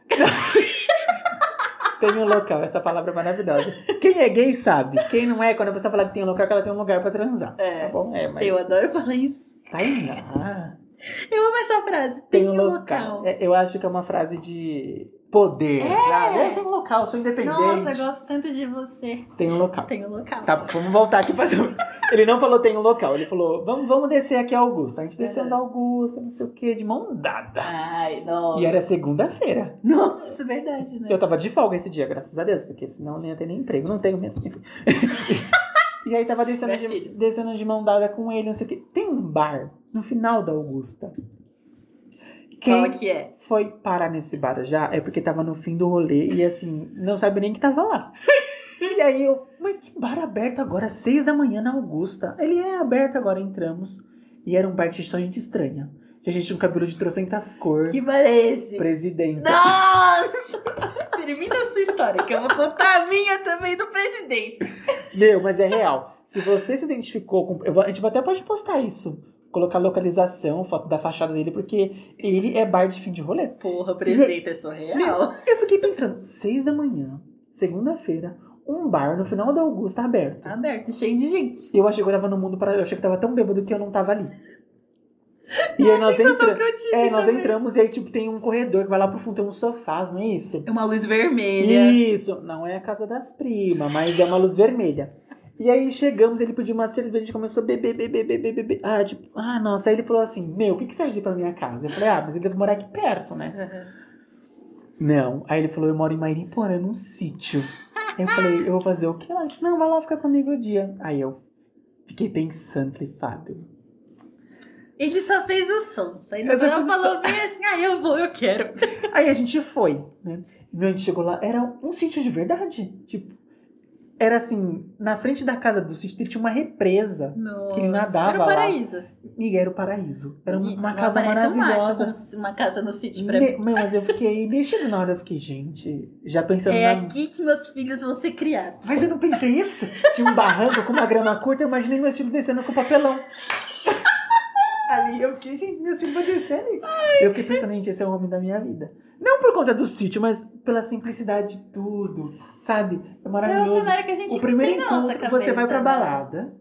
Speaker 2: Tem um local, essa palavra é maravilhosa. Quem é gay sabe. Quem não é, quando a pessoa fala que tem um local, que ela tem um lugar pra transar.
Speaker 1: É.
Speaker 2: Tá bom? É, mas.
Speaker 1: Eu adoro falar isso.
Speaker 2: Tainá,
Speaker 1: Eu amo essa frase.
Speaker 2: tem um local. É, eu acho que é uma frase de poder.
Speaker 1: É.
Speaker 2: sabe? É, tem um local, sou independente.
Speaker 1: Nossa, eu gosto tanto de você.
Speaker 2: Tem um local.
Speaker 1: Tem um local.
Speaker 2: Tá, vamos voltar aqui pra Ele não falou tem um local, ele falou, vamos, vamos descer aqui a Augusta. A gente desceu
Speaker 1: Uhum.
Speaker 2: da Augusta, não sei o quê, de mão dada.
Speaker 1: Ai, nossa.
Speaker 2: E era segunda-feira.
Speaker 1: Nossa, verdade, né?
Speaker 2: Eu tava de folga esse dia, graças a Deus, porque senão eu não ia ter nem emprego. Não tenho mesmo, enfim. e aí tava descendo de,
Speaker 1: Gatilho.
Speaker 2: descendo de mão dada com ele, não sei o quê. Tem um bar no final da Augusta.
Speaker 1: Qual
Speaker 2: Quem
Speaker 1: que é?
Speaker 2: foi parar nesse bar já é porque tava no fim do rolê e assim, não sabe nem que tava lá. E aí eu, mas que bar aberto agora, às seis da manhã na Augusta. Ele é aberto agora, entramos. E era um bar que tinha só gente estranha. Tinha gente com cabelo de trocentas cor,
Speaker 1: Que parece.
Speaker 2: presidente.
Speaker 1: Nossa! Termina a sua história, que eu vou contar a minha também do presidente.
Speaker 2: Meu, mas é real. Se você se identificou com. eu vou- a gente até pode postar isso. Colocar localização, foto da fachada dele, porque ele é bar de fim de rolê.
Speaker 1: Porra, presidente, é surreal.
Speaker 2: Eu fiquei pensando, seis da manhã, segunda-feira, um bar no final da Augusta aberto.
Speaker 1: Tá aberto, cheio de gente.
Speaker 2: Eu achei que eu tava no mundo paralelo. Eu achei que eu tava tão bêbado que eu não tava ali. E aí nós,
Speaker 1: Só
Speaker 2: entra...
Speaker 1: que eu tive
Speaker 2: é, nós
Speaker 1: também.
Speaker 2: entramos e aí, tipo, tem um corredor que vai lá pro fundo, tem uns sofás, não é isso?
Speaker 1: É Uma luz vermelha.
Speaker 2: Isso, não é a casa das primas, mas é uma luz vermelha. E aí chegamos, ele pediu uma cerveja, a gente começou a beber, beber, beber, beber. Ah, tipo, ah, nossa. Aí ele falou assim: Meu, o que, que você acha de ir pra minha casa? Eu falei: Ah, mas ele deve morar aqui perto, né?
Speaker 1: Aham.
Speaker 2: Não. Aí ele falou, eu moro em Mairiporã, num sítio. Aí eu falei, eu vou fazer o quê lá? Ele falou, Não, vai lá ficar comigo o dia. Aí eu fiquei pensando, falei, Fábio.
Speaker 1: Ele só fez o som. Só ele
Speaker 2: Eu só
Speaker 1: só
Speaker 2: fiz o
Speaker 1: falou bem assim, ah, eu vou, eu quero.
Speaker 2: Aí a gente foi, né? E a gente chegou lá, era um sítio de verdade. Tipo, era assim, na frente da casa do sítio tinha uma represa.
Speaker 1: Nossa.
Speaker 2: Ele nadava
Speaker 1: Era o
Speaker 2: lá.
Speaker 1: paraíso.
Speaker 2: E era o paraíso. Era
Speaker 1: Bonito.
Speaker 2: uma
Speaker 1: Não
Speaker 2: casa
Speaker 1: aparece um macho
Speaker 2: maravilhosa.
Speaker 1: com uma casa no sítio pra mim.
Speaker 2: Me- Meu, mas eu fiquei mexida na hora, eu fiquei, gente, já pensando
Speaker 1: É
Speaker 2: na
Speaker 1: aqui que meus filhos vão ser criados.
Speaker 2: Mas eu não pensei isso. Tinha um barranco com uma grama curta, eu imaginei meus filhos descendo com papelão. Ali eu fiquei, gente, meus filhos vão descer ali. Eu fiquei pensando, gente, esse é o homem da minha vida. Não por conta do sítio, mas pela simplicidade de tudo, sabe? É
Speaker 1: É o
Speaker 2: maravilhoso.
Speaker 1: cenário que a gente
Speaker 2: o primeiro
Speaker 1: tem na nossa
Speaker 2: encontro,
Speaker 1: cabeça.
Speaker 2: você vai pra
Speaker 1: né?
Speaker 2: balada,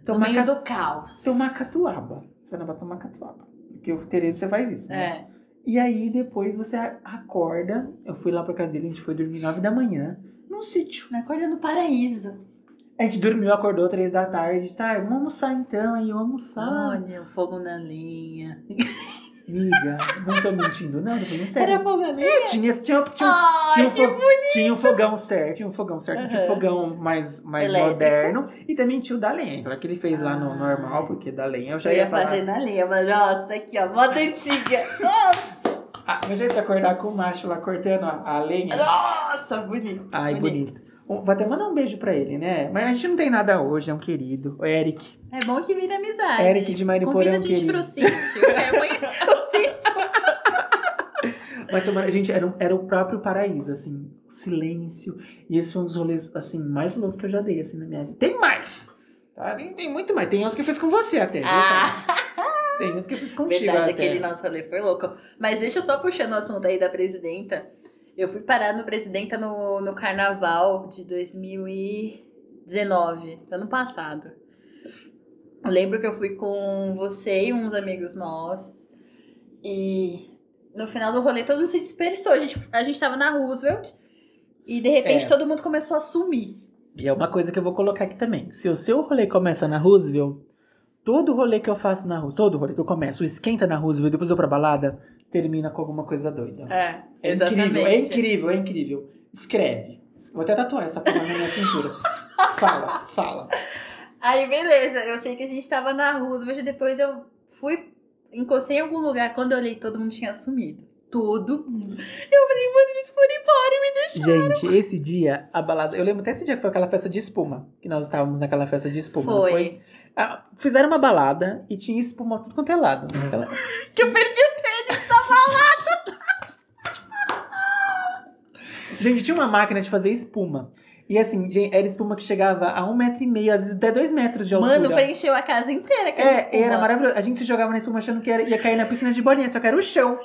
Speaker 1: No
Speaker 2: tomar,
Speaker 1: meio
Speaker 2: ca...
Speaker 1: do caos.
Speaker 2: tomar catuaba. Você vai na balada tomar catuaba. Porque o Tereza, você faz isso, né?
Speaker 1: É.
Speaker 2: E aí depois você a- acorda. Eu fui lá pra casa dele, a gente foi dormir 9 da manhã, num sítio.
Speaker 1: Acorda no paraíso.
Speaker 2: A gente dormiu, acordou três da tarde, tá? Vamos almoçar então, aí eu almoçar.
Speaker 1: Olha, o fogo na linha.
Speaker 2: Amiga, não tô mentindo, não, tô falando sério.
Speaker 1: Era fogo na linha?
Speaker 2: Tinha, tinha, tinha, um- tinha,
Speaker 1: Ai,
Speaker 2: um fo- tinha um fogão certo, tinha um fogão certo, tinha um
Speaker 1: Aham.
Speaker 2: fogão mais, mais
Speaker 1: Elétrico.
Speaker 2: moderno. E também tinha o da lenha, aquela que ele fez lá no
Speaker 1: Ah.
Speaker 2: normal, porque da lenha eu já
Speaker 1: eu
Speaker 2: ia,
Speaker 1: ia
Speaker 2: falar.
Speaker 1: fazer na linha, mas nossa, aqui ó, moda
Speaker 2: *laughs*
Speaker 1: antiga. Nossa,
Speaker 2: Ah, imagina se acordar com o macho lá cortando a, a lenha.
Speaker 1: nossa, bonito.
Speaker 2: Ai, bonito. Bom, Vou até mandar um beijo pra ele, né? Mas a gente não tem nada hoje, é um querido. O Eric,
Speaker 1: É bom que vira amizade.
Speaker 2: Eric de Mariporã, é um
Speaker 1: Convida a gente
Speaker 2: querido.
Speaker 1: pro sítio. Eu quero conhecer
Speaker 2: *laughs*
Speaker 1: o sítio.
Speaker 2: Mas, Samara, gente, era, um- era o próprio paraíso, assim, o silêncio. E esse foi um dos rolês, assim, mais loucos que eu já dei, assim, na minha vida. Tem mais! Tá? Tem, tem muito mais. Tem uns que eu fiz com você até. viu,
Speaker 1: Ah.
Speaker 2: Thaís? Tem uns que eu fiz contigo
Speaker 1: Verdade,
Speaker 2: até.
Speaker 1: aquele nosso rolê foi louco. Mas deixa eu só puxando o assunto aí da presidenta. Eu fui parar no Presidenta no, no carnaval de 2019, ano passado. Eu lembro que eu fui com você e uns amigos nossos. E no final do rolê todo mundo se dispersou. A gente, a gente tava na Roosevelt e de repente
Speaker 2: É.
Speaker 1: todo mundo começou a sumir.
Speaker 2: E é uma coisa que eu vou colocar aqui também. Se o seu rolê começa na Roosevelt, todo rolê que eu faço na Roosevelt, todo rolê que eu começo, o esquenta na Roosevelt, depois eu vou pra balada, termina com alguma coisa doida.
Speaker 1: É,
Speaker 2: É incrível, é incrível, é incrível. Escreve. Vou até tatuar essa porra na minha cintura. Fala, fala.
Speaker 1: Aí, beleza. Eu sei que a gente tava na Roosevelt e depois eu fui, encostei em algum lugar. Quando eu olhei, todo mundo tinha sumido. Todo mundo. Eu falei, mano, eles foram embora.
Speaker 2: Gente, esse dia, a balada. Eu lembro até esse dia que foi aquela festa de espuma. Que nós estávamos naquela festa de espuma. não
Speaker 1: foi.
Speaker 2: Ah, fizeram uma balada e tinha espuma tudo quanto é lado. Aquela-
Speaker 1: Que eu perdi o
Speaker 2: Gente, tinha uma máquina de fazer espuma. E assim, gen- era espuma que chegava a um metro e meio, às vezes até dois metros de altura.
Speaker 1: Mano, preencheu a casa inteira. aquela
Speaker 2: É,
Speaker 1: espuma.
Speaker 2: era maravilhoso. A gente se jogava na espuma achando que era- ia cair na piscina de bolinha, só que era o chão.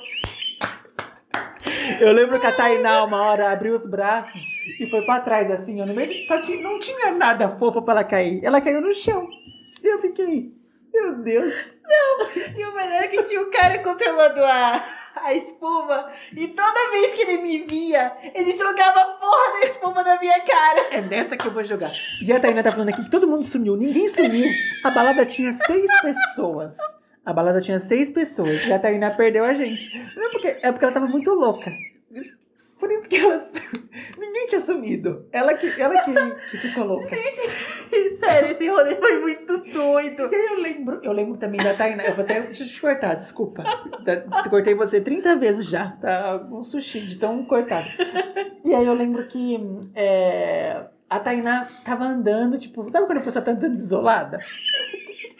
Speaker 2: Eu lembro que a Tainá, uma hora, abriu os braços e foi pra trás, assim, ó, no meio. do- Só que não tinha nada fofo pra ela cair. Ela caiu no chão. E eu fiquei, meu Deus.
Speaker 1: E o melhor é que tinha um cara controlando a, a espuma. E toda vez que ele me via, ele jogava a porra da espuma na minha cara.
Speaker 2: É nessa que eu vou jogar. E a Tainá tá falando aqui que todo mundo sumiu. Ninguém sumiu. A balada tinha seis pessoas. A balada tinha seis pessoas. E a Tainá perdeu a gente. Não é porque, é porque ela tava muito louca. Por isso que ela. *laughs* Ninguém tinha sumido. Ela que, ela que, que ficou louca.
Speaker 1: Gente, *laughs* sério, esse rolê foi muito doido.
Speaker 2: E aí eu lembro, eu lembro também da Tainá. Eu vou até deixa eu te cortar, desculpa. Da- cortei você 30 vezes já. Tá um sushi de tão cortado. E aí eu lembro que é, a Tainá tava andando, tipo, sabe quando a pessoa tá andando desolada?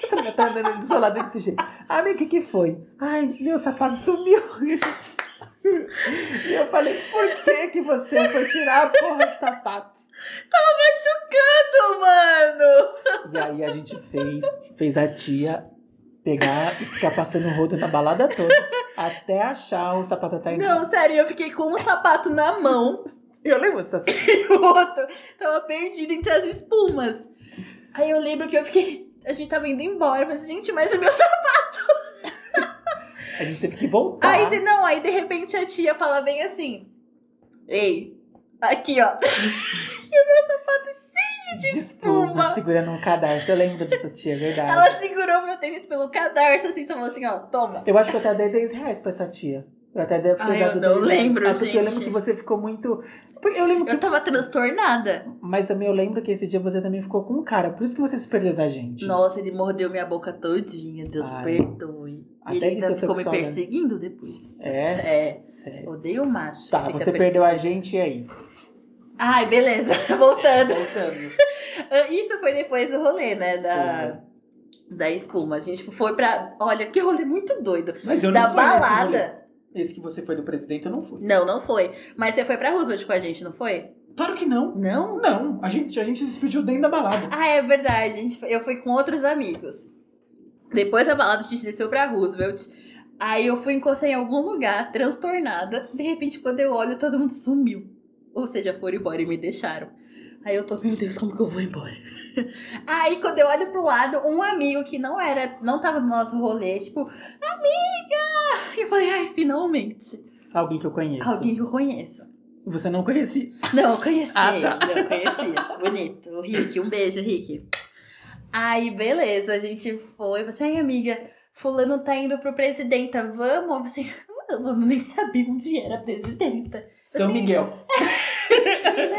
Speaker 2: Essa mulher tá andando desolada desse jeito. Amiga, o que, que foi? Ai, meu sapato sumiu. E eu falei, por que que você foi tirar a porra do sapato?
Speaker 1: Machucando, mano.
Speaker 2: E aí a gente fez, fez a tia pegar e ficar passando o rodo na balada toda. Até achar o sapato da Tainá.
Speaker 1: Não, sério, eu fiquei com um sapato na mão
Speaker 2: Eu lembro dessa cena.
Speaker 1: e *laughs* o outro tava perdido entre as espumas. Aí eu lembro que eu fiquei. A gente tava indo embora. Eu falei, assim, gente, mas o meu sapato.
Speaker 2: A gente teve que voltar.
Speaker 1: Aí, de- não, aí de repente a tia fala bem assim: Ei, aqui ó. espuma.
Speaker 2: segurando um cadarço. Eu lembro dessa tia, é verdade.
Speaker 1: Ela segurou meu tênis pelo cadarço, assim, só falou assim, ó, toma.
Speaker 2: Eu acho que eu até dei 10 reais pra essa tia. Eu até devo ter
Speaker 1: Ai, eu
Speaker 2: dado
Speaker 1: não
Speaker 2: 10 reais.
Speaker 1: lembro,
Speaker 2: Ah, Porque eu lembro
Speaker 1: gente.
Speaker 2: que você ficou muito... Porque Eu lembro que...
Speaker 1: Eu tava transtornada.
Speaker 2: Mas também eu lembro que esse dia você também ficou com um cara. Por isso que você se perdeu da gente.
Speaker 1: Nossa, ele mordeu minha boca todinha, Deus
Speaker 2: Ai.
Speaker 1: perdoe.
Speaker 2: Até
Speaker 1: ele
Speaker 2: disso
Speaker 1: ainda
Speaker 2: eu tô
Speaker 1: ficou
Speaker 2: com
Speaker 1: me
Speaker 2: saudade.
Speaker 1: perseguindo depois.
Speaker 2: É?
Speaker 1: É,
Speaker 2: né? Sério.
Speaker 1: odeio macho.
Speaker 2: Tá,
Speaker 1: Fica
Speaker 2: você perdeu a
Speaker 1: perseguindo.
Speaker 2: gente e aí?
Speaker 1: Ai, beleza, *laughs* voltando.
Speaker 2: Voltando.
Speaker 1: Isso foi depois do rolê, né,
Speaker 2: Tá.
Speaker 1: da... Da espuma. A gente foi pra. Olha, que rolê muito doido.
Speaker 2: Mas eu não
Speaker 1: da
Speaker 2: fui nesse rolê.
Speaker 1: balada.
Speaker 2: Esse que você foi do presidente, eu não fui.
Speaker 1: Não, não foi. Mas você foi pra Roosevelt com a gente, não foi?
Speaker 2: Claro que não.
Speaker 1: Não?
Speaker 2: Não, a gente, a gente se despediu dentro da balada.
Speaker 1: *laughs* Ah, é verdade. A gente, foi- eu fui com outros amigos. Depois da balada, a gente desceu pra Roosevelt. Aí eu fui encostar em algum lugar, transtornada. De repente, quando eu olho, todo mundo sumiu. Ou seja, foram embora e me deixaram. Aí eu tô, meu Deus, como que eu vou embora? *laughs* Aí quando eu olho pro lado, um amigo que não era, não tava no nosso rolê, tipo, amiga! Eu falei, ai, finalmente.
Speaker 2: Alguém que eu conheço.
Speaker 1: Alguém que eu conheço.
Speaker 2: Você não conhecia.
Speaker 1: Não, eu conhecia.
Speaker 2: Ah,
Speaker 1: ele,
Speaker 2: tá.
Speaker 1: não, eu conhecia. Bonito. O Rick, um beijo, Rick. Aí, beleza, a gente foi. Você, ai, amiga, fulano tá indo pro presidenta, vamos? Eu Você, vamos, eu nem sabia onde era a presidenta.
Speaker 2: São
Speaker 1: Sim.
Speaker 2: Miguel.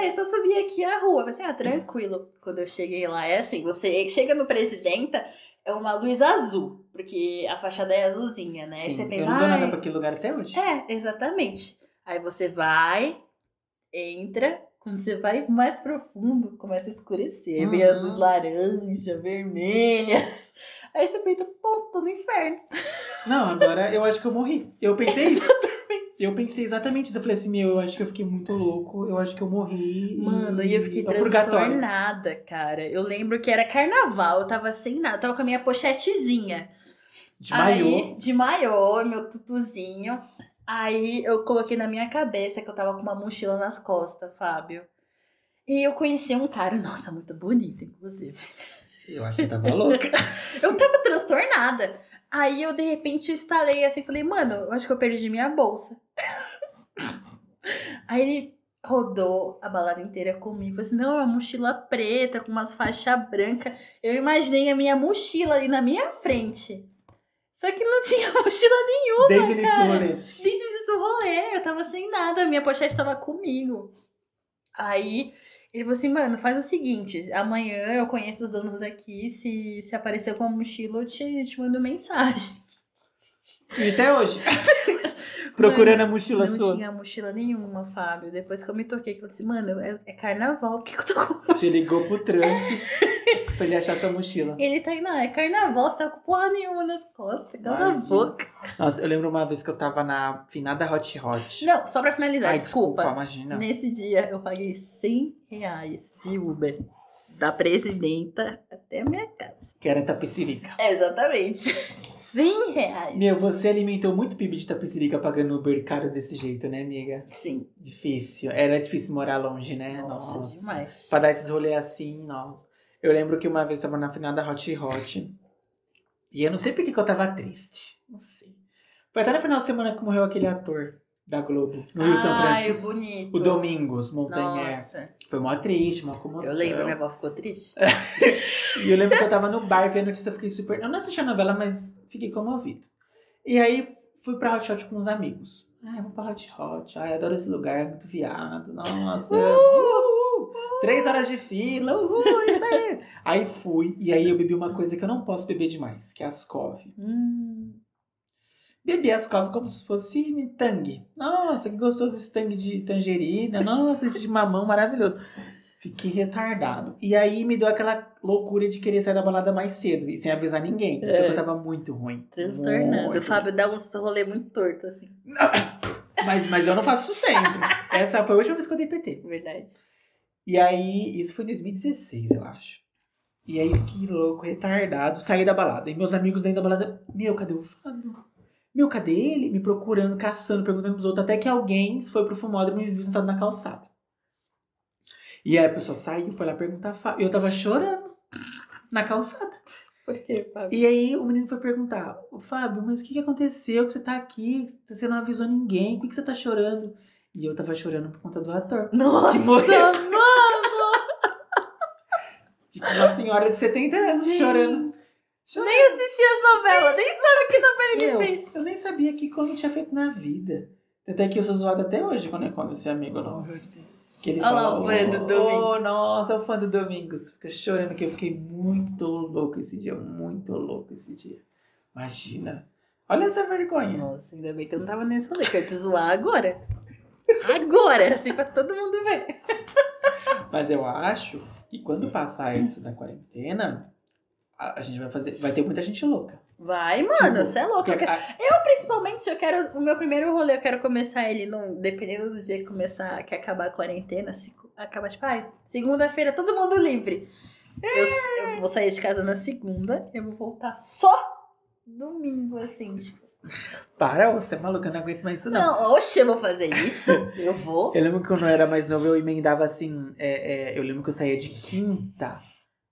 Speaker 1: Eu só subi aqui a rua. Você, ah, tranquilo. Quando eu cheguei lá, é assim, você chega no presidenta, é uma luz azul, porque a fachada é azulzinha, né? Aí
Speaker 2: Sim,
Speaker 1: você pensa,
Speaker 2: eu não dou nada
Speaker 1: "Ai,
Speaker 2: pra aquele lugar até hoje.
Speaker 1: é, exatamente. Aí você vai, entra, quando você vai mais profundo, começa a escurecer. Vem as
Speaker 2: Uhum.
Speaker 1: luzes laranja, vermelha. *laughs* Aí você pensa, pô, tô no inferno.
Speaker 2: Não, agora eu acho que eu morri. Eu pensei isso. Eu pensei exatamente isso. Eu falei assim, meu, eu acho que eu fiquei muito louco. Eu acho que eu morri.
Speaker 1: Mano, e eu fiquei
Speaker 2: é o purgatório.
Speaker 1: transtornada, cara. Eu lembro que era carnaval, eu tava sem nada, eu tava com a minha pochetezinha.
Speaker 2: De maiô.
Speaker 1: Aí, de maiô, meu tutuzinho. Aí eu coloquei na minha cabeça que eu tava com uma mochila nas costas, Fábio. E eu conheci um cara, *laughs* nossa, muito bonito, inclusive.
Speaker 2: Eu acho que você tava louca.
Speaker 1: *laughs* Eu tava transtornada. Aí eu, de repente, eu estalei assim, falei, mano, eu acho que eu perdi minha bolsa. *laughs* Aí ele rodou a balada inteira comigo. Falei assim, não, é uma mochila preta, com umas faixas brancas. Eu imaginei a minha mochila ali na minha frente. Só que não tinha *laughs* mochila nenhuma,
Speaker 2: Desde o início do
Speaker 1: cara.
Speaker 2: rolê.
Speaker 1: Desde o início do rolê, eu tava sem nada, minha pochete tava comigo. Aí ele falou assim, mano, faz o seguinte, amanhã eu conheço os donos daqui, se, se aparecer com a mochila eu te, te mando mensagem.
Speaker 2: *laughs* E
Speaker 1: *laughs*
Speaker 2: até hoje. Procurando a mochila
Speaker 1: não
Speaker 2: sua.
Speaker 1: tinha mochila nenhuma, Fábio. Depois que eu me toquei, que eu disse, mano, é, é carnaval, por que, que eu tô
Speaker 2: *laughs*
Speaker 1: com
Speaker 2: Você
Speaker 1: mochila?
Speaker 2: ligou pro Trump pra ele achar sua mochila.
Speaker 1: Ele tá aí, não, é carnaval, você tá com porra nenhuma nas costas, cala a
Speaker 2: Imagina.
Speaker 1: boca.
Speaker 2: Nossa, eu lembro uma vez que eu tava na finada Hot Hot.
Speaker 1: Não, só pra finalizar,
Speaker 2: Ai,
Speaker 1: desculpa. Né,
Speaker 2: imagina.
Speaker 1: Nesse dia eu paguei 100 reais de Uber. Da presidenta até a minha casa.
Speaker 2: Que era tapicirica.
Speaker 1: Exatamente. 100 reais.
Speaker 2: Meu, você alimentou muito PIB de tapicirica pagando Uber caro desse jeito, né, amiga?
Speaker 1: Sim.
Speaker 2: Difícil. Era difícil morar longe, né?
Speaker 1: Nossa, demais.
Speaker 2: Pra dar esses rolês assim, nossa. Eu lembro que uma vez eu tava na finada Hot Hot. E eu não sei por que que eu tava triste. Não sei. Foi até no final de semana que morreu aquele ator da Globo. No Rio São
Speaker 1: Ai,
Speaker 2: Francisco.
Speaker 1: bonito.
Speaker 2: O é. Domingos Montanher.
Speaker 1: Ah, Nossa.
Speaker 2: Foi mó triste, mó comoção.
Speaker 1: Eu lembro, né? minha avó ficou triste.
Speaker 2: É. E eu lembro que eu tava no bar vendo a notícia, eu fiquei super. Eu não assisti a novela, mas fiquei comovido. E aí fui pra Hot Hot com uns amigos. Ai, vamos pra Hot Hot. Ai, adoro esse lugar, é muito viado. Nossa. é, Uhul! Três horas de fila, uhul, é isso aí. aí fui, e aí eu bebi uma coisa que eu não posso beber demais, que é ascove.
Speaker 1: Hum,
Speaker 2: Bebi as covas como se fosse tangue. Nossa, que gostoso esse tangue de tangerina. Nossa, esse de mamão maravilhoso. Fiquei retardado. E aí me deu aquela loucura de querer sair da balada mais cedo e sem avisar ninguém.
Speaker 1: É.
Speaker 2: Achei que eu tava muito ruim.
Speaker 1: transtornando. O
Speaker 2: Muito.
Speaker 1: Fábio dá uns rolê muito torto, assim.
Speaker 2: Mas, mas eu não faço isso sempre.
Speaker 1: *laughs*
Speaker 2: Essa foi a última vez que eu dei PT.
Speaker 1: Verdade.
Speaker 2: E aí, isso foi em 2016, eu acho. E aí, que louco, retardado. Saí da balada. E meus amigos dentro da balada. Meu, cadê o Fábio? Meu, cadê ele? Me procurando, caçando, perguntando pros outros. Até que alguém foi pro fumódromo e me viu sentado na calçada. E aí a pessoa saiu, foi lá perguntar. Fá- Eu tava chorando na calçada.
Speaker 1: Por quê, Fábio?
Speaker 2: E aí o menino foi perguntar: "Ô, Fábio, mas o que, que aconteceu? Que você tá aqui? Você não avisou ninguém? Por que, que você tá chorando? E eu tava chorando por conta do ator.
Speaker 1: Nossa,
Speaker 2: Que morreu.
Speaker 1: mano.
Speaker 2: Tipo, uma senhora de 70 anos
Speaker 1: Gente.
Speaker 2: chorando. Chorando.
Speaker 1: Nem assisti as novelas, nem sabe que novela ele
Speaker 2: Meu,
Speaker 1: fez.
Speaker 2: eu nem sabia que como tinha feito na vida. Até que eu sou zoado até hoje quando eu conto esse amigo nosso. Que ele
Speaker 1: Olha lá
Speaker 2: fala,
Speaker 1: o fã do
Speaker 2: "Oh,
Speaker 1: Domingos."
Speaker 2: nossa, o fã do Domingos. Fica chorando que eu fiquei muito louco esse dia. Muito louco esse dia. Imagina. Olha essa vergonha.
Speaker 1: Nossa, ainda bem que eu não tava nesse rolê, que eu ia te zoar agora. Agora, assim, pra todo mundo ver.
Speaker 2: Mas eu acho que quando passar isso da quarentena, a, a gente vai fazer. Vai ter muita gente louca.
Speaker 1: Vai, mano,
Speaker 2: Tipo,
Speaker 1: você é louco. Eu,
Speaker 2: Porque
Speaker 1: quero-
Speaker 2: a-
Speaker 1: eu, principalmente, eu quero. O meu primeiro rolê, eu quero começar ele num. Dependendo do dia que começar, que acabar a quarentena, se co- acabar, tipo, ai, segunda-feira, todo mundo livre. Eu, eu vou sair de casa na segunda, eu vou voltar só domingo, assim. Tipo,
Speaker 2: Para, você é maluca, eu não aguento mais isso, não.
Speaker 1: não, oxe, eu vou fazer
Speaker 2: *laughs*
Speaker 1: isso. Eu vou.
Speaker 2: Eu lembro que quando eu era mais novo, eu emendava assim. é, é, eu lembro que eu saía de quinta.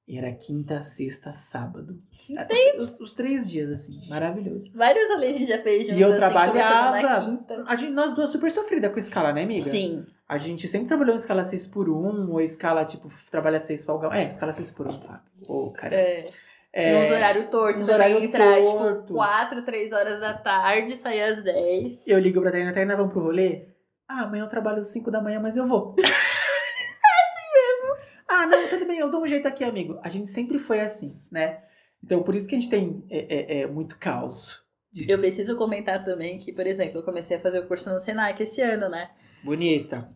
Speaker 2: E era quinta, sexta, sábado. Os, os três dias, assim, maravilhoso.
Speaker 1: Vários rolês a gente já fez juntos,
Speaker 2: eu
Speaker 1: assim, começando
Speaker 2: trabalhava.
Speaker 1: Na quinta.
Speaker 2: A gente, nós duas super sofrida com escala, né, amiga?
Speaker 1: Sim.
Speaker 2: A gente sempre trabalhou em escala 6 por 1 ou escala, tipo, trabalha 6 folgão. É, escala 6 por 1 tá? Ô, cara.
Speaker 1: É.
Speaker 2: É,
Speaker 1: Nos horários tortos,
Speaker 2: nos
Speaker 1: você
Speaker 2: horário
Speaker 1: vai entrar
Speaker 2: torto.
Speaker 1: tipo 4, 3 horas da tarde, sair às 10.
Speaker 2: Eu ligo pra Tainá, Tainá, vamos pro rolê? Ah, amanhã eu trabalho às 5 da manhã, mas
Speaker 1: *laughs*
Speaker 2: eu vou. é assim
Speaker 1: assim
Speaker 2: mesmo. Ah, não, tudo bem, eu dou um jeito aqui, amigo. A gente sempre foi assim, né? Então, por isso que a gente tem é, é, é, muito caos.
Speaker 1: Eu preciso comentar também que, por exemplo, eu comecei a fazer o curso no Senac esse ano, né?
Speaker 2: Bonita.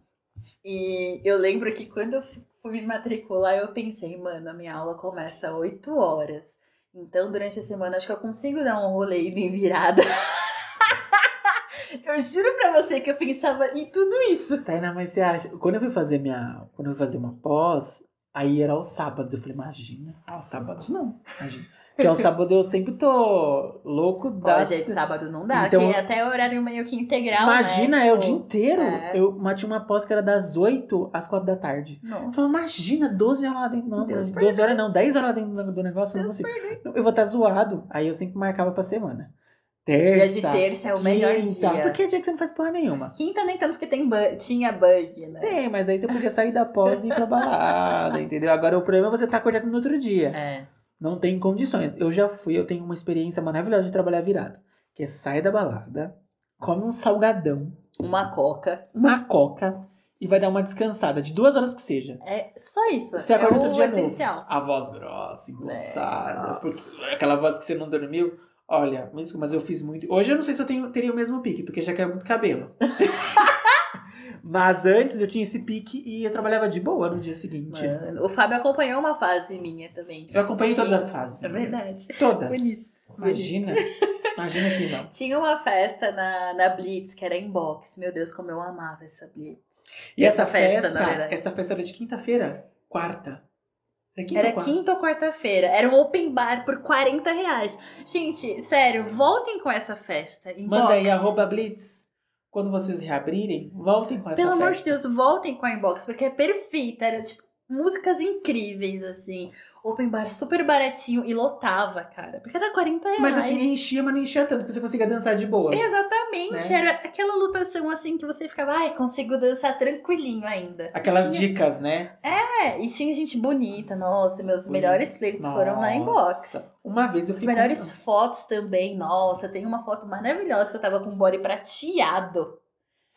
Speaker 1: E eu lembro que quando eu fui me matricular, eu pensei, mano, a minha aula começa às 8 horas. Então, durante a semana, acho que eu consigo dar um rolê e vir virada. *laughs* eu juro pra você que eu pensava em tudo isso.
Speaker 2: Tainá, mas você acha... Quando eu fui fazer minha... Quando eu fui fazer uma pós, aí era aos sábados. Eu falei, imagina. Aos sábados, Ah, não. Imagina. Porque o sábado eu sempre tô louco da.
Speaker 1: Pode, gente, é, sábado não dá.
Speaker 2: Então-
Speaker 1: que é até horário meio que integral.
Speaker 2: Imagina,
Speaker 1: né?
Speaker 2: é o
Speaker 1: Tipo,
Speaker 2: dia inteiro.
Speaker 1: é.
Speaker 2: Eu mas tinha uma pós que era das 8 às 4 da tarde. Eu
Speaker 1: Nossa.
Speaker 2: falei, imagina, 12 horas lá dentro. Não,
Speaker 1: Deus
Speaker 2: mas 12 horas não, 10 horas lá dentro do do negócio, eu não
Speaker 1: Deus
Speaker 2: consigo. Não, Eu vou estar zoado. Aí eu sempre marcava pra semana.
Speaker 1: Dia
Speaker 2: Terça.
Speaker 1: de terça é o melhor
Speaker 2: quinta.
Speaker 1: dia.
Speaker 2: Porque é dia que você não faz porra nenhuma.
Speaker 1: Quinta nem tanto porque tem bu- tinha bug, né?
Speaker 2: Tem, mas aí você podia sair da pós e ir pra balada, entendeu? Agora o problema é você estar acordado no outro dia.
Speaker 1: É.
Speaker 2: Não tem condições. Eu já fui, eu tenho uma experiência maravilhosa de trabalhar virado. Que é sai da balada, come um salgadão,
Speaker 1: Uma coca.
Speaker 2: uma coca e vai dar uma descansada, de duas horas que seja.
Speaker 1: É só isso.
Speaker 2: Você
Speaker 1: é
Speaker 2: acorda
Speaker 1: o
Speaker 2: outro dia novo.
Speaker 1: essencial.
Speaker 2: A voz grossa, engrossada, porque aquela voz que você não dormiu. Olha, me desculpa, mas eu fiz muito. Hoje eu não sei se eu tenho- teria o mesmo pique, porque já caiu muito cabelo. *laughs* mas antes eu tinha esse pique e eu trabalhava de boa no dia seguinte.
Speaker 1: Mano, o Fábio acompanhou uma fase minha também.
Speaker 2: É. Eu acompanhei
Speaker 1: Tinha-
Speaker 2: todas as fases. né?
Speaker 1: É verdade.
Speaker 2: Todas.
Speaker 1: Bonito.
Speaker 2: Imagina. Imagina que não.
Speaker 1: Tinha uma festa na, na Blitz, que era em box. Meu Deus, como eu amava essa Blitz.
Speaker 2: *laughs* E essa,
Speaker 1: Essa
Speaker 2: festa,
Speaker 1: festa, na verdade.
Speaker 2: essa festa era de quinta-feira? Quarta. Era quinta
Speaker 1: Era
Speaker 2: ou quarta?
Speaker 1: quinta ou quarta-feira. Era um open bar por 40 reais. Gente, sério, voltem com essa festa. Em
Speaker 2: Manda
Speaker 1: box.
Speaker 2: aí, arroba Blitz. Quando vocês reabrirem, voltem com essa
Speaker 1: Pelo amor de
Speaker 2: festa.
Speaker 1: Deus, voltem com a inbox, porque é perfeita. Era tipo músicas incríveis, assim. Open bar super baratinho e lotava, cara. Porque era 40 reais.
Speaker 2: Mas assim, enchia, mas não enchia tanto, porque você conseguia dançar de boa.
Speaker 1: Exatamente,
Speaker 2: Né?
Speaker 1: era aquela lutação assim que você ficava, ai, consigo dançar tranquilinho ainda.
Speaker 2: Aquelas
Speaker 1: Tinha-
Speaker 2: dicas, né?
Speaker 1: É, e tinha gente bonita, nossa, meus
Speaker 2: Bonita.
Speaker 1: melhores flirts foram na inbox.
Speaker 2: Nossa. Uma vez eu
Speaker 1: As
Speaker 2: fui...
Speaker 1: melhores fotos também, nossa, tem uma foto maravilhosa que eu tava com o body prateado.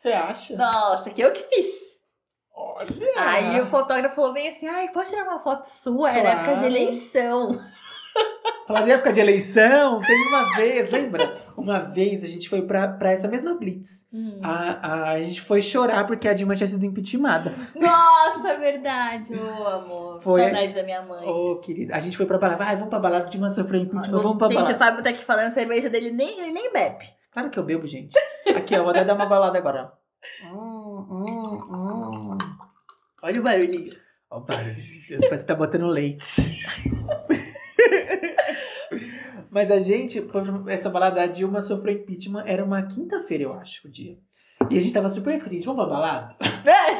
Speaker 2: Você acha?
Speaker 1: Nossa, que eu que fiz.
Speaker 2: Olha!
Speaker 1: Aí o fotógrafo falou bem assim: ai, posso tirar uma foto sua? Era
Speaker 2: Claro.
Speaker 1: época de eleição.
Speaker 2: Falar da época de eleição, tem uma vez, lembra? Uma vez a gente foi pra, pra essa mesma Blitz.
Speaker 1: Ah.
Speaker 2: A, a, a gente foi chorar porque a Dilma tinha sido impeachmentada.
Speaker 1: Nossa, verdade, ô amor.
Speaker 2: Foi-
Speaker 1: Saudade da minha mãe.
Speaker 2: Ô, querida, a gente foi pra balada. Ai, vamos pra balada, Dilma sofreu impeachment, vamos pra
Speaker 1: gente,
Speaker 2: balada.
Speaker 1: o Fábio tá aqui falando cerveja dele nem, ele nem bebe.
Speaker 2: Claro que eu bebo, gente. Aqui, ó, vou até dar uma balada agora. Hum, hum, hum.
Speaker 1: Olha o barulhinho.
Speaker 2: Ó o barulho. Parece que tá botando leite. *laughs* Mas a gente, foi pra essa balada, a Dilma sofreu impeachment, era uma quinta-feira, eu acho, o dia. E a gente tava super triste. Vamos pra balada?
Speaker 1: É,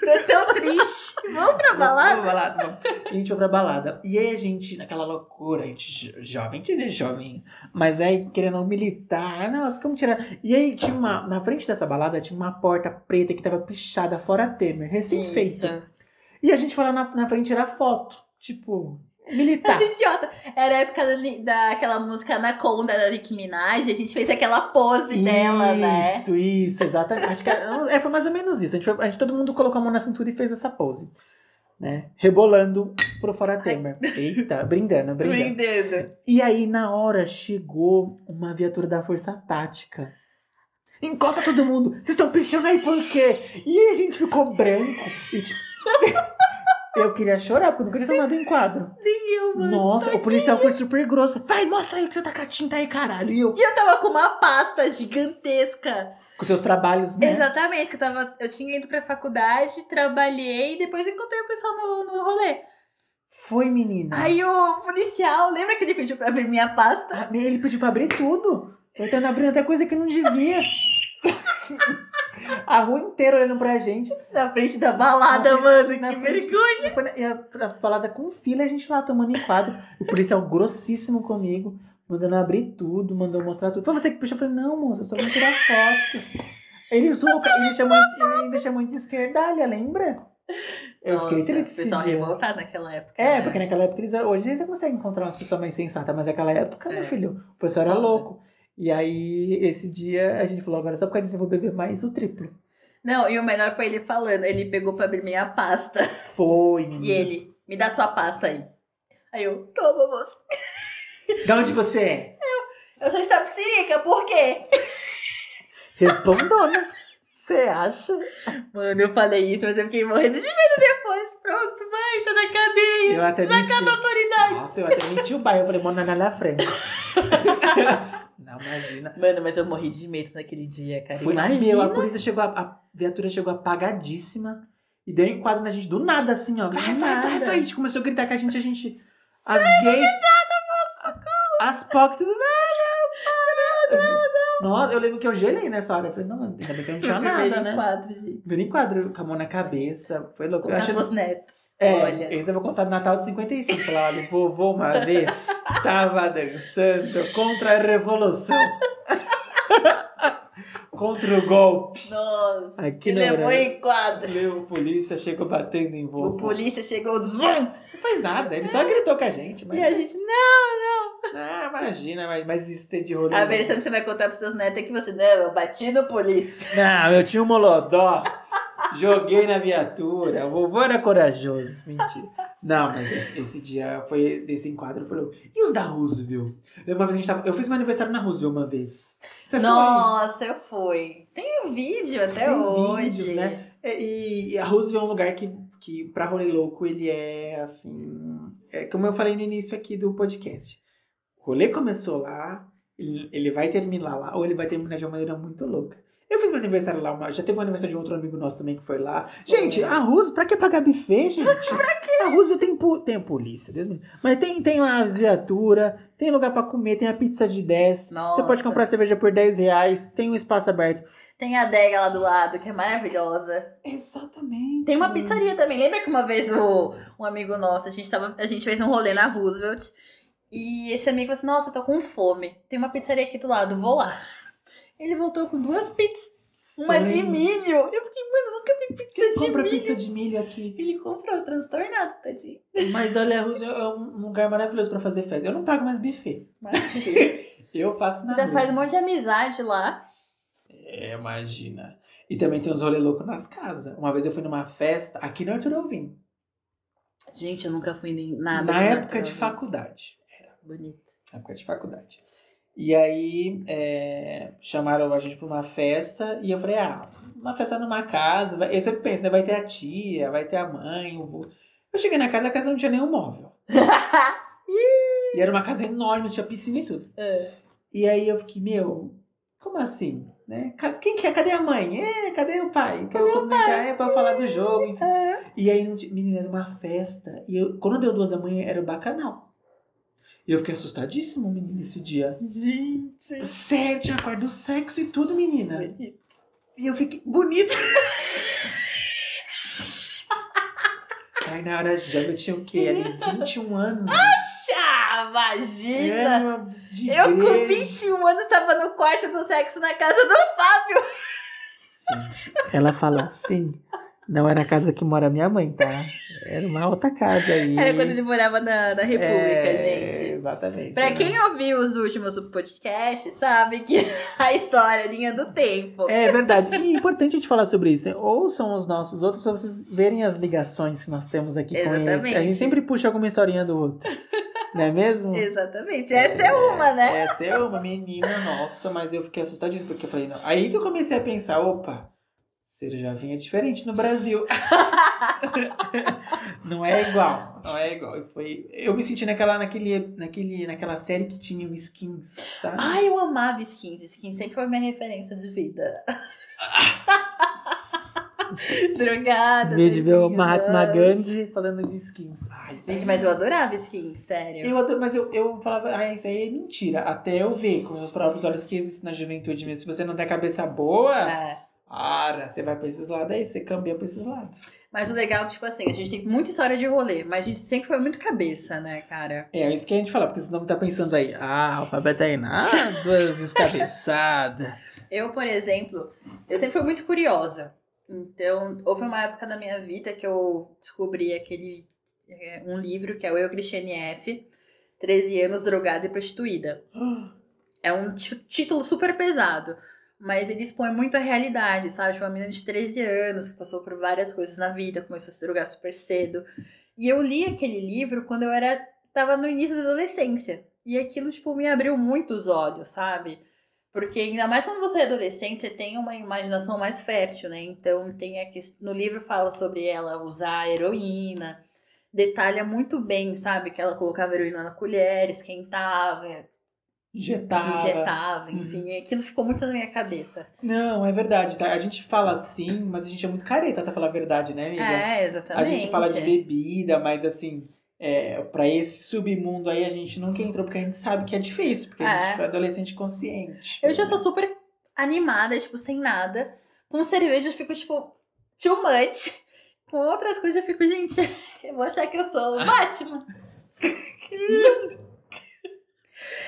Speaker 1: Tô tão triste. Vamos pra balada?
Speaker 2: Vamos pra balada, vamos. E a gente foi pra balada. E aí a gente, naquela loucura, a gente jo- jovem, a gente é jovem. Mas aí querendo militar, "Ah, nossa, como tirar. E aí tinha uma, na frente dessa balada tinha uma porta preta que tava pichada fora Temer,
Speaker 1: Isso.
Speaker 2: recém-feita. E a gente foi lá na, na frente tirar foto. Tipo, militar.
Speaker 1: Mas idiota. Era a época da- daquela música Anaconda da Nicki Minaj. A gente fez aquela pose dela, né?
Speaker 2: Isso, isso, exatamente. Acho que era- é, foi mais ou menos isso. A gente, foi- a gente- todo mundo colocou a mão na cintura e fez essa pose. Né? Rebolando pro fora Temer. Eita,
Speaker 1: *laughs*
Speaker 2: brindando, brindando.
Speaker 1: Brindando.
Speaker 2: E aí, na hora, chegou uma viatura da Força Tática. Encosta todo mundo! Vocês estão pichando aí por quê? E aí a gente ficou branco. E tipo... *laughs* Eu queria chorar, porque eu nunca tinha tomado um quadro.
Speaker 1: Sim, eu, mano.
Speaker 2: Nossa, o policial foi super grosso. Vai, mostra aí que você tá com a tinta aí, caralho. E eu,
Speaker 1: E eu tava com uma pasta gigantesca.
Speaker 2: com seus trabalhos,
Speaker 1: É.
Speaker 2: né?
Speaker 1: Exatamente, que eu tava. Eu tinha ido pra faculdade, trabalhei e depois encontrei o pessoal no, no rolê.
Speaker 2: Foi, menina.
Speaker 1: Aí o policial, lembra que ele pediu pra abrir minha pasta?
Speaker 2: Ah, Ele pediu pra abrir tudo. Ele tá abrindo até coisa que não devia. *laughs* a rua inteira olhando pra gente.
Speaker 1: Na frente da balada,
Speaker 2: Na-
Speaker 1: mano.
Speaker 2: na
Speaker 1: Que
Speaker 2: frente-
Speaker 1: vergonha.
Speaker 2: E Foi na, e a, a balada com fila, a gente lá tomando enquadro. O policial grossíssimo comigo, mandando abrir tudo, mandou mostrar tudo. Foi você que puxou? Eu falei, não, moça, eu só vou tirar foto. Ele zoou, ele, chamou, ele ainda chamou de esquerdalha, lembra? Eu fiquei
Speaker 1: Nossa,
Speaker 2: triste
Speaker 1: O pessoal
Speaker 2: esse dia.
Speaker 1: revoltado naquela época.
Speaker 2: É,
Speaker 1: né?
Speaker 2: porque naquela época eles eram- Hoje eles conseguem encontrar umas pessoas mais sensatas, mas naquela época, meu
Speaker 1: É.
Speaker 2: filho, o pessoal era
Speaker 1: Foda.
Speaker 2: louco. E aí, esse dia, a gente falou, agora só por causa disso eu vou beber mais o triplo.
Speaker 1: Não, e o melhor foi ele falando. Ele pegou pra abrir minha pasta.
Speaker 2: Foi,
Speaker 1: E
Speaker 2: menina.
Speaker 1: ele, me dá sua pasta aí. Aí eu, toma, moço.
Speaker 2: Da onde você é?
Speaker 1: Eu sou de Tapsirica, por quê?
Speaker 2: Respondona. Você acha?
Speaker 1: Mano, eu falei isso, mas eu fiquei morrendo de medo depois. Pronto, vai, tô na cadeia.
Speaker 2: Eu até menti. Nossa, eu até menti o bairro. Eu falei, mano, na
Speaker 1: *laughs*
Speaker 2: La frente. Não, imagina.
Speaker 1: Mano, mas eu morri de medo naquele dia, cara.
Speaker 2: Foi
Speaker 1: Imagina.
Speaker 2: meu, a polícia chegou, a, a viatura chegou apagadíssima e deu um enquadro na gente do nada, assim, ó. Vai, vai, vai,
Speaker 1: nada.
Speaker 2: vai. A gente começou a gritar com a gente, a gente. As gays. As POC tudo. Não, não, não, não, Nossa, eu lembro que eu gelei nessa hora. Eu falei, não, ainda bem que eu *laughs* não tinha nada, né?
Speaker 1: quadro, gente.
Speaker 2: Vim em quadro com a mão na cabeça. Foi louco. Eu
Speaker 1: Contar
Speaker 2: achei
Speaker 1: pros netos.
Speaker 2: É,
Speaker 1: Olha.
Speaker 2: eles eu vou contar do Natal de 55. Falar, olha, vovô uma vez estava dançando contra a revolução. *laughs* contra o golpe.
Speaker 1: Nossa.
Speaker 2: Aqui
Speaker 1: me
Speaker 2: na
Speaker 1: levou
Speaker 2: Europa.
Speaker 1: em quadro.
Speaker 2: Meu, polícia chegou batendo em
Speaker 1: O
Speaker 2: vovô.
Speaker 1: polícia chegou, zum!
Speaker 2: Não fez nada, ele só gritou com a gente. Mas...
Speaker 1: E a gente, não.
Speaker 2: Ah, imagina, mas, mas isso tem de rolê.
Speaker 1: A versão que você vai contar pros seus netos é que você, não, eu bati no polícia.
Speaker 2: Não, eu tinha um molodó. Joguei na viatura. O vovô era corajoso. Mentira. Não, mas esse, esse dia foi desse enquadro. Eu falei, e os da Roosevelt? Eu, uma vez a gente tava, eu fiz meu aniversário na Roosevelt uma vez. Você
Speaker 1: Nossa, eu fui. Tem um vídeo até
Speaker 2: Tem
Speaker 1: hoje.
Speaker 2: vídeos, né? foi? E, e a Roosevelt é um lugar que, que pra rolê louco, ele é assim. É como eu falei no início aqui do podcast. O rolê começou lá, ele, ele vai terminar lá, ou ele vai terminar de uma maneira muito louca. Eu fiz meu aniversário lá, uma- já teve um aniversário de outro amigo nosso também que foi lá. Gente, a Roosevelt, pra que pagar buffet, gente? *laughs* pra quê? A Roosevelt tem, po- tem a polícia, Deus me livre. Mas tem, tem lá as viaturas, tem lugar pra comer, tem a pizza de 10. Você pode
Speaker 1: Nossa.
Speaker 2: comprar cerveja por 10 reais, tem um espaço aberto.
Speaker 1: Tem a adega lá do lado, que é maravilhosa.
Speaker 2: Exatamente.
Speaker 1: Tem uma pizzaria também. Lembra que uma vez o, um amigo nosso, a gente, tava, a gente fez um rolê na Roosevelt. E esse amigo falou assim, nossa, eu tô com fome. Tem uma pizzaria aqui do lado, vou lá. Ele voltou com duas pizzas. Uma
Speaker 2: Eu
Speaker 1: de
Speaker 2: lembro.
Speaker 1: milho. Eu fiquei, mano, nunca vi
Speaker 2: Quem
Speaker 1: pizza de
Speaker 2: compra
Speaker 1: milho.
Speaker 2: pizza de milho aqui?
Speaker 1: Ele comprou transtornado, tadinho.
Speaker 2: Mas olha, a Roosevelt é um lugar maravilhoso pra fazer festa. Eu não pago mais buffet.
Speaker 1: Imagina.
Speaker 2: Eu faço na
Speaker 1: Ainda
Speaker 2: rua.
Speaker 1: faz um monte de amizade lá.
Speaker 2: É, imagina. E também tem uns rolê loucos nas casas. Uma vez eu fui numa festa aqui no Arthur Alvim.
Speaker 1: Gente, eu nunca fui em nada. né?
Speaker 2: Na época de faculdade.
Speaker 1: Bonito.
Speaker 2: Na época de faculdade. E aí é, chamaram a gente pra uma festa e eu falei, ah, uma festa numa casa. vai- Eu sempre penso, né? Vai ter a tia, vai ter a mãe, o vô. Eu cheguei na casa, a casa não tinha nenhum móvel. E era uma casa enorme, tinha piscina e tudo. E aí eu fiquei, meu, como assim? Né? Ca- Quem que é? Cadê a mãe? É, cadê o pai? É. Pra eu comentar, é pra eu falar do jogo, enfim. E aí, não tinha- menina, era uma festa. E eu, quando deu duas da manhã, era o bacanal. E eu fiquei assustadíssimo, menina, esse dia.
Speaker 1: Gente.
Speaker 2: Sete, a quarta do sexo e tudo, menina.
Speaker 1: Bonito.
Speaker 2: E eu fiquei *laughs* bonito. Aí na hora já eu tinha o quê? Ali, 21 anos.
Speaker 1: Tchau, imagina.
Speaker 2: Era uma de
Speaker 1: Eu com
Speaker 2: igreja.
Speaker 1: 21 anos tava no quarto do sexo na casa do Fábio.
Speaker 2: Gente, ela fala assim. Não era a casa que mora minha mãe, tá? Era uma outra casa aí.
Speaker 1: Era quando ele morava na, na República,
Speaker 2: É,
Speaker 1: gente.
Speaker 2: Exatamente.
Speaker 1: Pra
Speaker 2: né?
Speaker 1: quem ouviu os últimos podcasts, sabe que *laughs* a história é linha do tempo.
Speaker 2: É verdade. E é importante a gente falar sobre isso. hein? Ouçam os nossos outros pra vocês verem as ligações que nós temos aqui com eles.
Speaker 1: Exatamente.
Speaker 2: A gente sempre puxa alguma historinha do outro. Não é mesmo?
Speaker 1: Exatamente. Essa é uma, né?
Speaker 2: Essa é uma menina, nossa, mas eu fiquei assustadíssima, porque eu falei, não. Aí que eu comecei a pensar, opa, ser jovem é diferente no Brasil. não é igual, não é igual. E Foi, eu me senti naquela, naquele, naquele, naquela série que tinha o skins, sabe?
Speaker 1: Ai, eu amava skins. Skins sempre foi minha referência de vida. *laughs* Drogada.
Speaker 2: Em vez de ver o
Speaker 1: drogada.
Speaker 2: Mahatma Gandhi falando de skins. Ai,
Speaker 1: Gente, mas eu adorava skins, sério.
Speaker 2: Eu adoro, mas eu, eu falava, ah, isso aí é mentira. Até eu ver com os meus próprios olhos que existe na juventude mesmo. Se você não tem a cabeça boa,
Speaker 1: É.
Speaker 2: ara, você vai pra esses lados aí, você cambia pra esses lados.
Speaker 1: Mas o legal, tipo assim, a gente tem muita história de rolê, mas a gente sempre foi muito cabeça, né, cara?
Speaker 2: É, isso que a gente fala, porque senão tá pensando aí, ah, alfabeto aí, ah, *laughs* duas descabeçadas.
Speaker 1: Eu, por exemplo, eu sempre fui muito curiosa. Então, houve uma época na minha vida que eu descobri aquele é, um livro que é o Eu Cristiane F, 13 anos drogada e prostituída. É um ti- título super pesado, mas ele expõe muito a realidade, sabe? Tipo, uma menina de 13 anos que passou por várias coisas na vida, começou a se drogar super cedo. E eu li aquele livro quando eu era tava no início da adolescência. E aquilo, tipo, me abriu muito os olhos, sabe? Porque ainda mais quando você é adolescente, você tem uma imaginação mais fértil, né? Então tem aqui no livro fala sobre ela usar heroína, detalha muito bem, sabe, que ela colocava heroína na colher, esquentava,
Speaker 2: Injetava.
Speaker 1: injetava,
Speaker 2: Uhum.
Speaker 1: enfim. e Aquilo ficou muito na minha cabeça.
Speaker 2: Não, é verdade, tá? A gente fala assim, mas a gente é muito careta, tá? Falar a verdade, né, amiga?
Speaker 1: É,
Speaker 2: a
Speaker 1: exatamente.
Speaker 2: gente fala de bebida, mas assim, é, para esse submundo aí a gente nunca entrou, porque a gente sabe que é difícil, porque a
Speaker 1: É.
Speaker 2: gente foi adolescente consciente.
Speaker 1: Eu já sou super animada, tipo, sem nada. Com cerveja eu fico, tipo, too much. Com outras coisas eu fico, gente, *laughs* eu vou achar que eu sou o Batman. *laughs*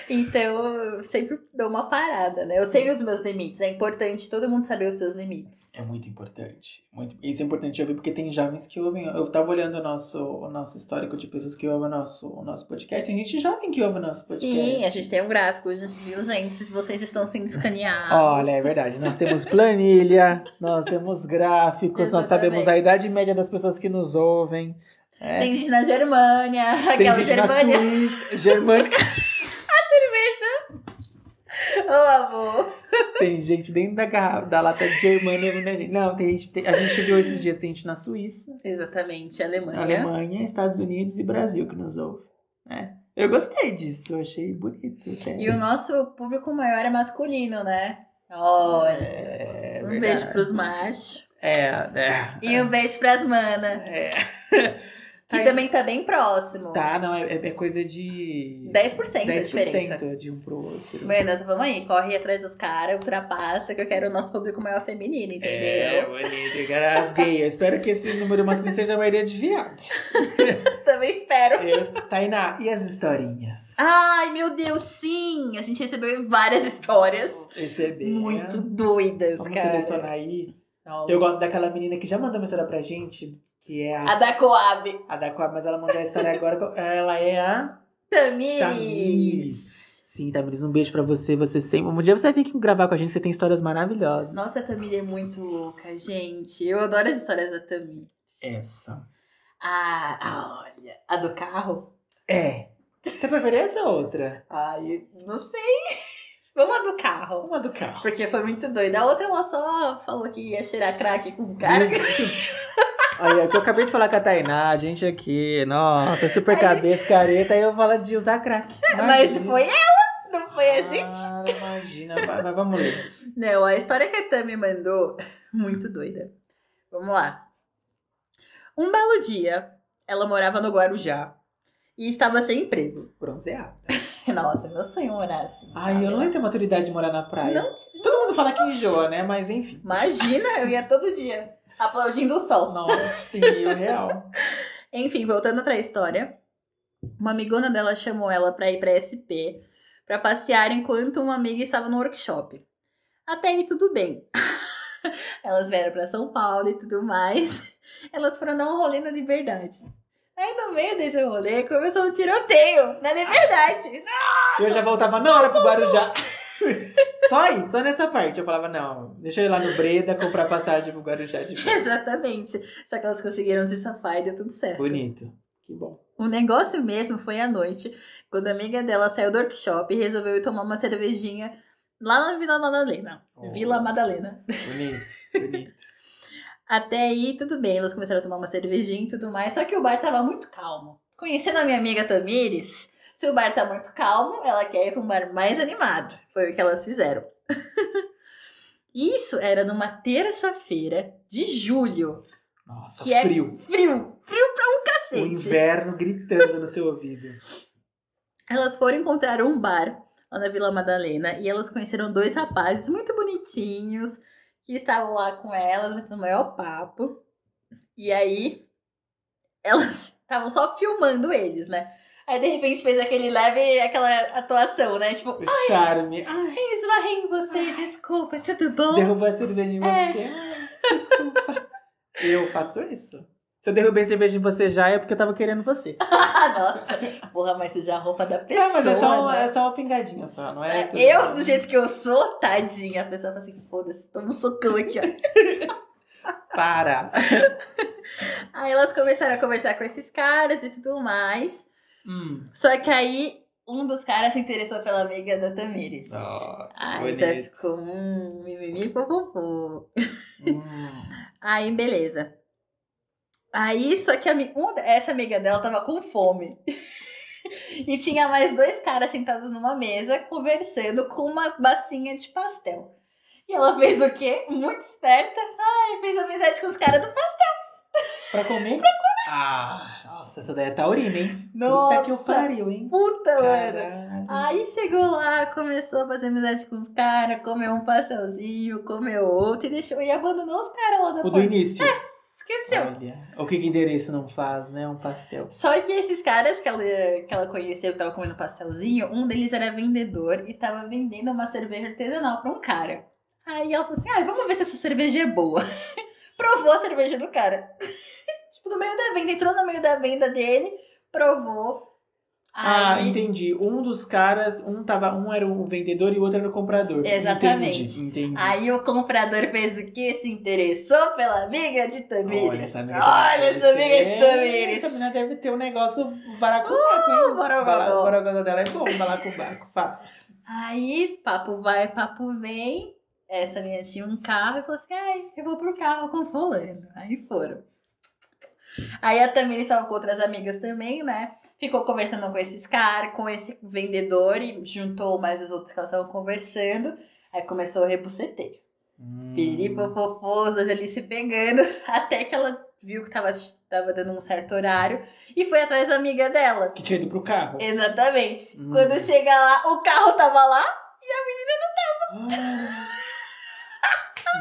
Speaker 1: então eu sempre dou uma parada, né? Eu sei os meus limites. É importante todo mundo saber os seus limites.
Speaker 2: É muito importante. Muito... Isso é importante de ouvir, porque tem jovens que ouvem. Eu tava olhando o nosso, o nosso histórico de pessoas que ouvem o nosso, o nosso podcast. Tem gente jovem que ouve o nosso podcast.
Speaker 1: Sim, a gente tem um gráfico, a gente viu, gente, se vocês estão sendo escaneados.
Speaker 2: Olha, é verdade. Nós temos planilha, nós temos gráficos, nós sabemos a
Speaker 1: Exatamente.
Speaker 2: idade média das pessoas que nos ouvem. É.
Speaker 1: Tem gente na Germânia, *laughs*
Speaker 2: Tem
Speaker 1: aquela
Speaker 2: gente
Speaker 1: Germânia.
Speaker 2: na Suíça, Germânia.
Speaker 1: Ô, amor.
Speaker 2: tem gente dentro da, garrafa, da lata de Germânia ouvindo a gente. Não, tem gente. tem- a gente viu esses dias, tem gente na Suíça,
Speaker 1: Exatamente, Alemanha.
Speaker 2: Alemanha, Estados Unidos e Brasil que nos ouve. né? Eu gostei disso, eu achei bonito. até.
Speaker 1: E o nosso público maior é masculino, né? Olha.
Speaker 2: É,
Speaker 1: um
Speaker 2: verdade.
Speaker 1: beijo pros machos.
Speaker 2: É, é.
Speaker 1: E um beijo pras manas. *laughs*
Speaker 2: é.
Speaker 1: Que
Speaker 2: Aí-
Speaker 1: também tá bem próximo.
Speaker 2: Tá, não, é, é coisa de.
Speaker 1: 10% a diferença.
Speaker 2: de um pro outro.
Speaker 1: Manas, vamos aí, corre atrás dos caras, ultrapassa, que eu quero o nosso público maior feminino,
Speaker 2: É,
Speaker 1: entendeu?
Speaker 2: bonito, cara, as gays. Eu espero que esse número masculino seja a maioria de viados. É.
Speaker 1: *laughs* Também espero.
Speaker 2: Eu- Tainá, e as historinhas?
Speaker 1: Ah, Ai, meu Deus, sim! A gente recebeu várias histórias
Speaker 2: Receber.
Speaker 1: muito doidas,
Speaker 2: é Vamos
Speaker 1: cara.
Speaker 2: selecionar aí.
Speaker 1: Nossa.
Speaker 2: Eu gosto daquela menina que já mandou uma história pra gente, que é a,
Speaker 1: A da Coab.
Speaker 2: a da Coab, mas ela mandou a história agora. Ela é a.
Speaker 1: Tamires.
Speaker 2: Tamires. Sim, Tamiris, um beijo pra você. Você sempre. Um dia você vai vir gravar com a gente, você tem histórias maravilhosas.
Speaker 1: Nossa, a Tamir é muito louca, gente. Eu adoro as histórias da Tamir.
Speaker 2: Essa.
Speaker 1: Ah, ah, olha, a do carro?
Speaker 2: É. Você prefere essa ou outra?
Speaker 1: Ai, eu não sei. *laughs* Vamos a do carro.
Speaker 2: Uma do carro.
Speaker 1: Porque foi muito doida. A outra ela só falou que ia cheirar crack com o cara. *laughs*
Speaker 2: Olha, o que eu acabei de falar com a Tainá, a gente aqui,
Speaker 1: *laughs*
Speaker 2: nossa, super cabeça, careta, aí eu falo de usar crack.
Speaker 1: Mas foi ela, não foi a gente.
Speaker 2: Ah, imagina, mas, mas vamos ler.
Speaker 1: Não, a história que a Tami mandou, *laughs* muito doida. Vamos lá. Um belo dia, ela morava no Guarujá e estava sem emprego.
Speaker 2: Bronzeado.
Speaker 1: *laughs* Nossa, meu sonho morar assim.
Speaker 2: Ai, eu não ia ter maturidade de morar na praia.
Speaker 1: Não,
Speaker 2: Todo mundo fala que enjoa, né? Mas enfim.
Speaker 1: Imagina, eu ia todo dia aplaudindo o sol.
Speaker 2: Nossa, sim, é o real.
Speaker 1: Enfim, voltando pra história, uma amigona dela chamou ela pra ir pra SP pra passear enquanto uma amiga estava no workshop. Até aí tudo bem. *laughs* Elas vieram pra São Paulo e tudo mais. *laughs* Elas foram dar um rolê na Liberdade. Aí no meio desse rolê começou um tiroteio na Liberdade. *laughs*
Speaker 2: Eu já voltava na hora pro Guarujá. *laughs* Só aí, só nessa parte. Eu falava, não, deixa eu ir lá no Breda comprar passagem pro Guarujá de boa.
Speaker 1: Exatamente. Só que elas conseguiram se safar e deu tudo certo.
Speaker 2: Bonito. Que bom.
Speaker 1: O Um negócio mesmo foi à noite, quando a amiga dela saiu do workshop e resolveu ir tomar uma cervejinha lá na Vila Madalena.
Speaker 2: Oh.
Speaker 1: Vila Madalena.
Speaker 2: Bonito, bonito.
Speaker 1: Até aí, tudo bem, elas começaram a tomar uma cervejinha e tudo mais, só que o bar tava muito calmo. Conhecendo a minha amiga Tamires, se o bar tá muito calmo, ela quer ir pra um bar mais animado. Foi o que elas fizeram. *laughs* Isso era numa terça-feira de julho.
Speaker 2: Nossa,
Speaker 1: Que é
Speaker 2: frio.
Speaker 1: Frio! Frio pra um
Speaker 2: O
Speaker 1: cacete!
Speaker 2: inverno gritando no seu ouvido.
Speaker 1: Elas foram encontrar um bar lá na Vila Madalena e elas conheceram dois rapazes muito bonitinhos que estavam lá com elas, batendo o maior papo. E aí elas estavam só filmando eles, né? Aí de repente fez aquele leve, aquela atuação, né? Tipo,
Speaker 2: O charme. Ah,
Speaker 1: "Ai, esbarrei em você, desculpa, tudo bom?
Speaker 2: derrubou a cerveja em você.
Speaker 1: É.
Speaker 2: Ah, desculpa. Eu faço isso. Se eu derrubei a cerveja em você já é porque eu tava querendo você.
Speaker 1: *laughs* Ah, nossa, porra, mas sujar a roupa da pessoa.
Speaker 2: Não, mas é só, uma,
Speaker 1: né?
Speaker 2: é só uma pingadinha só, não é? tudo.
Speaker 1: Eu, do jeito que eu sou, tadinha, a pessoa fala assim, foda-se, toma um socão aqui, ó.
Speaker 2: Para!
Speaker 1: Aí elas começaram a conversar com esses caras e tudo mais.
Speaker 2: Hum.
Speaker 1: Só que aí um dos caras se interessou pela amiga da Tamires.
Speaker 2: Hum.
Speaker 1: Aí já
Speaker 2: Ah, bonito.
Speaker 1: ficou um mimimi popopô.
Speaker 2: Hum.
Speaker 1: Aí beleza. Aí só que a, mi- um- essa amiga dela tava com fome. *laughs* e tinha mais dois caras sentados numa mesa conversando com uma bacinha de pastel. E ela fez o quê? Muito esperta. Ai, fez amizade com os caras do
Speaker 2: Pra comer? Ah, nossa, essa daí é taurina, hein? Puta que eu
Speaker 1: Nossa,
Speaker 2: pariu, hein?
Speaker 1: puta, mano.
Speaker 2: Caralho.
Speaker 1: Aí chegou lá, começou a fazer amizade com os caras, comeu um pastelzinho, comeu outro e deixou e abandonou os caras lá da
Speaker 2: O Ah. do
Speaker 1: porta.
Speaker 2: início.
Speaker 1: Esqueceu.
Speaker 2: Olha, o que que endereço não faz, né? Um pastel.
Speaker 1: Só que esses caras que ela, que ela conheceu, que tava comendo pastelzinho, um deles era vendedor e tava vendendo uma cerveja artesanal pra um cara. Aí ela falou assim: ah, vamos ver se essa cerveja é boa. *laughs* provou a cerveja do cara. *laughs* tipo, no meio da venda, entrou no meio da venda dele, provou.
Speaker 2: Ah,
Speaker 1: Aí,
Speaker 2: entendi. Um dos caras, um tava, um era o vendedor e o outro era o comprador.
Speaker 1: Exatamente.
Speaker 2: Entendi, entendi.
Speaker 1: aí o comprador fez o quê? Se interessou pela amiga de Tamires.
Speaker 2: Olha essa amiga.
Speaker 1: Olha
Speaker 2: deve
Speaker 1: essa amiga de
Speaker 2: ser-
Speaker 1: Tamires.
Speaker 2: Essa menina Uh, deve ter um negócio baracubaco, hein?
Speaker 1: bora,
Speaker 2: Bara-
Speaker 1: bora.
Speaker 2: Baragodó dela é bom, baracubaco. *laughs* Fala.
Speaker 1: Aí, papo vai, papo vem. Essa minha tinha um carro e falou assim: ai, eu vou pro carro com fulano. Aí foram. Aí a Tamires estava com outras amigas também, né? Ficou conversando com esses caras, com esse vendedor e juntou mais os outros que elas estavam conversando. Aí começou o rebuceteiro.
Speaker 2: Hum.
Speaker 1: Piripopopô, os dois ali se pegando, *laughs* até que ela viu que tava, tava dando um certo horário e foi atrás da amiga dela.
Speaker 2: Que tinha ido pro carro.
Speaker 1: Exatamente.
Speaker 2: Hum.
Speaker 1: Quando chega lá, o carro tava lá,
Speaker 2: Ah.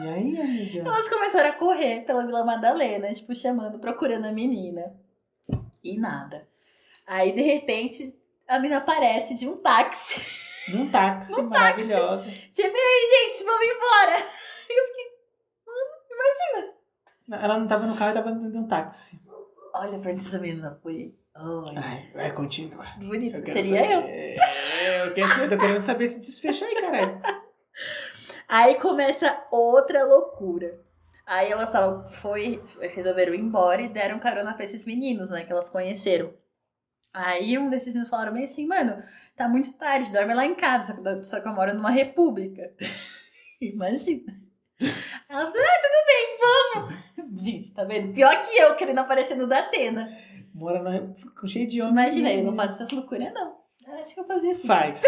Speaker 2: E aí, amiga?
Speaker 1: elas começaram a correr pela Vila Madalena, tipo, chamando, procurando a menina. E nada. Aí, de repente, a menina aparece de um táxi. *laughs*
Speaker 2: Num táxi maravilhoso.
Speaker 1: Tipo, ei, gente, vamos embora. Eu fiquei,
Speaker 2: Ela não tava no carro, ela tava dentro de um táxi.
Speaker 1: olha pra onde essa menina foi. Olha,
Speaker 2: Ai, vai, continua.
Speaker 1: bonito.
Speaker 2: Eu quero
Speaker 1: Seria eu.
Speaker 2: saber. É, Eu, quero, eu tô querendo saber se desfecha aí, caralho.
Speaker 1: Aí começa outra loucura. Aí elas só foi, resolveram ir embora e deram carona pra esses meninos, né? Que elas conheceram. Aí um desses meninos falaram meio assim, mano, tá muito tarde, dorme lá em casa, só que, só que eu moro numa república. *laughs* Imagina. Ela falou, ah, tudo bem, vamos. *laughs* Gente, tá vendo? Pior que eu, querendo aparecer no Datena.
Speaker 2: Mora no, com cheio de homem.
Speaker 1: Imagina, eu não faço essas loucuras, não. Acho que eu fazia assim.
Speaker 2: Faz.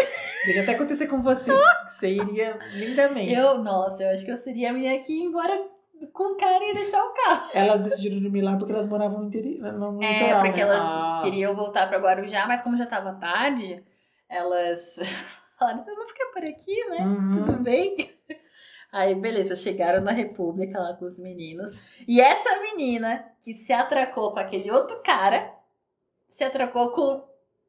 Speaker 2: Deixa até acontecer com você. Você iria lindamente.
Speaker 1: Eu, nossa, eu acho que eu seria a menina que ia embora com o cara e deixar o carro.
Speaker 2: Elas decidiram dormir lá porque elas moravam no, interi... no no
Speaker 1: É,
Speaker 2: litoral,
Speaker 1: porque
Speaker 2: né?
Speaker 1: elas
Speaker 2: Ah,
Speaker 1: queriam voltar pra Guarujá, mas como já tava tarde, elas *laughs* falaram, vamos ficar por aqui, né?
Speaker 2: uhum.
Speaker 1: Tudo bem? Aí, beleza, chegaram na República lá com os meninos. E essa menina que se atracou com aquele outro cara, se atracou com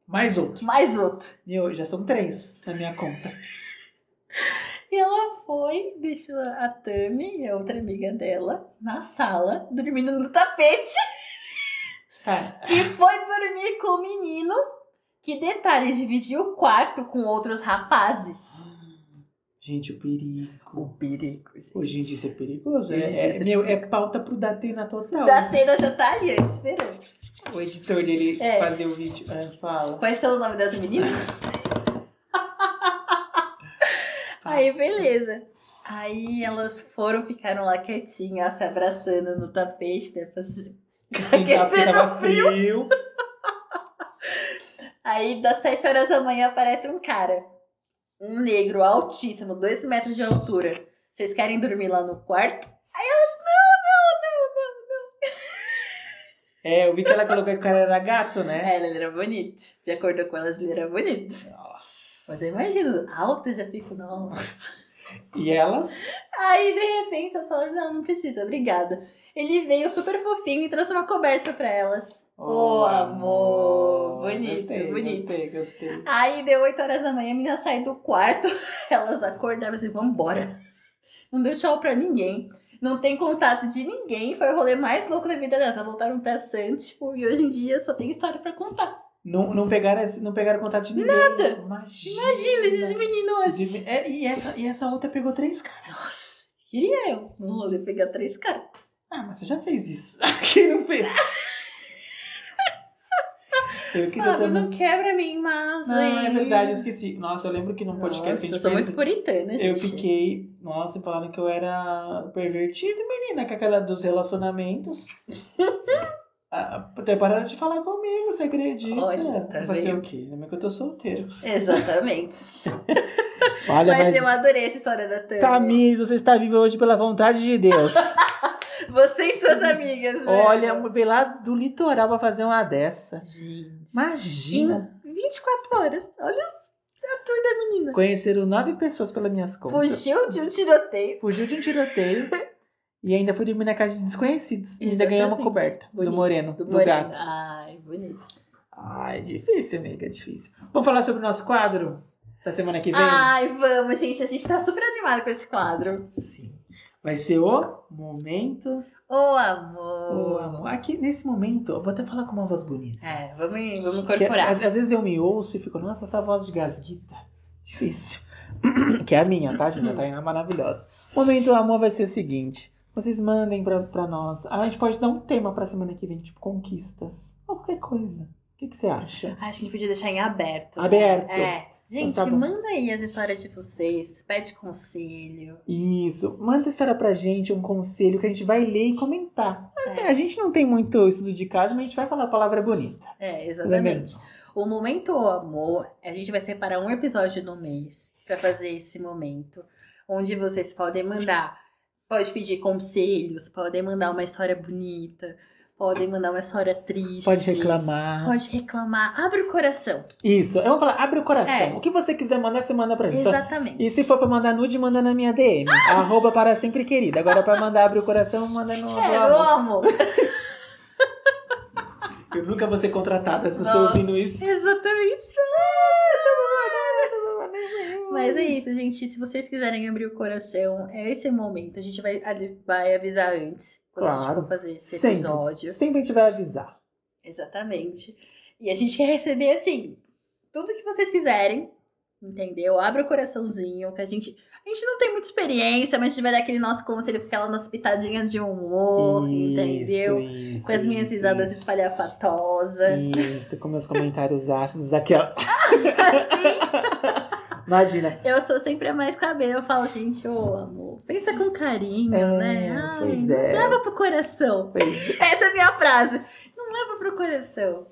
Speaker 2: Mais outro.
Speaker 1: mais outro.
Speaker 2: Meu, já são três na minha conta.
Speaker 1: E ela foi, deixou a Tami, a outra amiga dela, na sala, dormindo no tapete.
Speaker 2: Tá.
Speaker 1: E foi dormir com o menino. Que detalhe, dividiu o quarto com outros rapazes.
Speaker 2: Gente, o perigo.
Speaker 1: perigo,
Speaker 2: Hoje em dia isso é perigoso.
Speaker 1: Hoje em dia
Speaker 2: É, é-
Speaker 1: isso é
Speaker 2: meu, é pauta pro Datena total.
Speaker 1: Da cena já tá ali, ó, esperando.
Speaker 2: O editor dele
Speaker 1: É.
Speaker 2: fazer o vídeo. É, fala.
Speaker 1: Quais são o nome das meninas? Aí, beleza. Aí elas foram, ficaram lá quietinhas, se abraçando no tapete, né? pra se-
Speaker 2: Esquentar porque
Speaker 1: Aquecendo
Speaker 2: tava frio.
Speaker 1: Aí, das 7 horas da manhã, aparece um cara. Um negro altíssimo, 2 metros de altura. Vocês querem dormir lá no quarto? Aí elas, não, não, não, não.
Speaker 2: É, eu vi que ela colocou que o cara era gato, né?
Speaker 1: É, ele era bonito. De acordo com elas, ele era bonito.
Speaker 2: Nossa.
Speaker 1: Mas eu imagino, alto eu já fico, não.
Speaker 2: E elas?
Speaker 1: Aí, de repente, elas falaram, não, não precisa, obrigada. Ele veio super fofinho e trouxe uma coberta pra elas. Ô, amor. Bonito,
Speaker 2: Gostei,
Speaker 1: bonito.
Speaker 2: Gostei, gostei.
Speaker 1: Aí, deu 8 horas da manhã, a menina sai do quarto, *laughs* elas acordaram assim, vambora. Não deu tchau pra ninguém. Não tem contato de ninguém. Foi o rolê mais louco da vida delas. Elas voltaram pra Santos, tipo, e hoje em dia só tem história pra contar.
Speaker 2: Não, não, pegaram, esse- não pegaram contato de ninguém.
Speaker 1: Nada.
Speaker 2: Imagina.
Speaker 1: Imagina esses meninos hoje.
Speaker 2: De- é, e, essa, e essa outra pegou três caras.
Speaker 1: Nossa, queria eu no rolê pegar três caras.
Speaker 2: Ah, mas você já fez isso. *laughs* Quem não fez? eu queria
Speaker 1: Fábio,
Speaker 2: também.
Speaker 1: Ah, não quebra minha imagem.
Speaker 2: Não, é verdade, eu esqueci. Nossa, eu lembro que num um podcast
Speaker 1: Nossa,
Speaker 2: que a gente
Speaker 1: eu sou
Speaker 2: fez.
Speaker 1: muito puritana, gente.
Speaker 2: Eu fiquei, nossa, falaram que eu era pervertida, menina, com aquela
Speaker 1: *laughs*
Speaker 2: dos relacionamentos. Ah, Até pararam de falar comigo, você acredita?
Speaker 1: Olha, tá
Speaker 2: Eu falei,
Speaker 1: vendo?
Speaker 2: o quê? Lembra que eu tô solteiro.
Speaker 1: Exatamente.
Speaker 2: *laughs* Olha, Tá
Speaker 1: mas, eu adorei essa história da Tânia. *laughs*
Speaker 2: você está viva hoje pela vontade de Deus.
Speaker 1: Você e suas
Speaker 2: *laughs*
Speaker 1: amigas, né? velho.
Speaker 2: Olha, veio lá do litoral pra fazer uma dessa.
Speaker 1: Gente.
Speaker 2: Imagina!
Speaker 1: Em 24 horas. Olha a tour da menina.
Speaker 2: Conheceram nove pessoas pelas minhas contas.
Speaker 1: Fugiu de um tiroteio.
Speaker 2: Fugiu de
Speaker 1: *laughs*
Speaker 2: um tiroteio e ainda fui dormir na casa de desconhecidos. E ainda ganhou uma
Speaker 1: Exatamente.
Speaker 2: coberta
Speaker 1: Bonito.
Speaker 2: do moreno, do,
Speaker 1: moreno.
Speaker 2: gato.
Speaker 1: Ai, bonito.
Speaker 2: Ai, difícil, amiga, difícil. Vamos falar sobre o nosso quadro da semana que vem?
Speaker 1: Ai, vamos, gente. A gente tá super animado com esse quadro.
Speaker 2: Sim. Vai ser o momento.
Speaker 1: Ô,
Speaker 2: O
Speaker 1: amor.
Speaker 2: amor. Aqui, nesse momento, eu vou até falar com uma voz bonita.
Speaker 1: É, vamos, vamos
Speaker 2: Porque
Speaker 1: incorporar.
Speaker 2: às, às vezes eu me ouço e fico, nossa, essa voz de gasguita. Difícil. *clears throat* que é a minha, tá, gente? A Tainá é maravilhosa. O momento do amor vai ser o seguinte. Vocês mandem pra, pra nós. A gente pode dar um tema pra semana que vem, tipo conquistas. Ou qualquer coisa. O que, que você acha?
Speaker 1: Acho que a gente podia deixar em aberto. né?
Speaker 2: Aberto.
Speaker 1: É. Gente,
Speaker 2: Então tá bom.
Speaker 1: manda aí as histórias de vocês, pede conselho.
Speaker 2: Isso. Manda história pra gente, um conselho que a gente vai ler e comentar.
Speaker 1: É.
Speaker 2: A gente não tem muito estudo de caso, mas a gente vai falar a palavra bonita.
Speaker 1: É,
Speaker 2: Não é
Speaker 1: exatamente.
Speaker 2: mesmo?
Speaker 1: O momento O amor, a gente vai separar um episódio no mês pra fazer esse momento, onde vocês podem mandar, pode pedir conselhos, podem mandar uma história bonita, podem mandar uma história triste.
Speaker 2: Pode reclamar.
Speaker 1: Pode reclamar, abre o coração.
Speaker 2: Isso. Eu vou falar, abre o coração.
Speaker 1: É.
Speaker 2: O que você quiser mandar, você manda pra gente. Só
Speaker 1: Exatamente.
Speaker 2: E se for pra mandar nude, manda na minha DM.
Speaker 1: Ah!
Speaker 2: Arroba para sempre querida. Agora pra mandar abrir o coração, manda no. no
Speaker 1: É, eu amo.
Speaker 2: amor. *laughs* Eu nunca vou ser contratada se você
Speaker 1: Nossa.
Speaker 2: ouvindo isso.
Speaker 1: Exatamente. Mas é isso, gente. Se vocês quiserem abrir o coração, é esse o momento. A gente vai, ali- vai avisar antes. Quando a gente
Speaker 2: Claro.
Speaker 1: for fazer esse
Speaker 2: Sempre.
Speaker 1: episódio.
Speaker 2: Sempre a gente vai avisar.
Speaker 1: Exatamente. E a gente quer receber, assim, tudo que vocês quiserem. Entendeu? Abre o coraçãozinho, que a gente. A gente não tem muita experiência, mas a gente vai dar aquele nosso conselho com aquela nossa pitadinha de humor, entendeu?
Speaker 2: Isso,
Speaker 1: com as minhas
Speaker 2: isso,
Speaker 1: risadas espalhafatosas.
Speaker 2: Isso, com meus comentários ácidos daquela. Imagina.
Speaker 1: Eu sou sempre a mais cabelo. Eu falo, gente, ô amor, pensa com carinho,
Speaker 2: É,
Speaker 1: né? Ai,
Speaker 2: pois
Speaker 1: não
Speaker 2: é.
Speaker 1: leva pro coração. Essa é a minha frase. Não leva pro coração.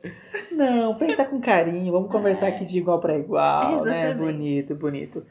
Speaker 2: Não, pensa com carinho. Vamos conversar aqui de igual pra igual, né?
Speaker 1: Exatamente.
Speaker 2: Bonito, bonito.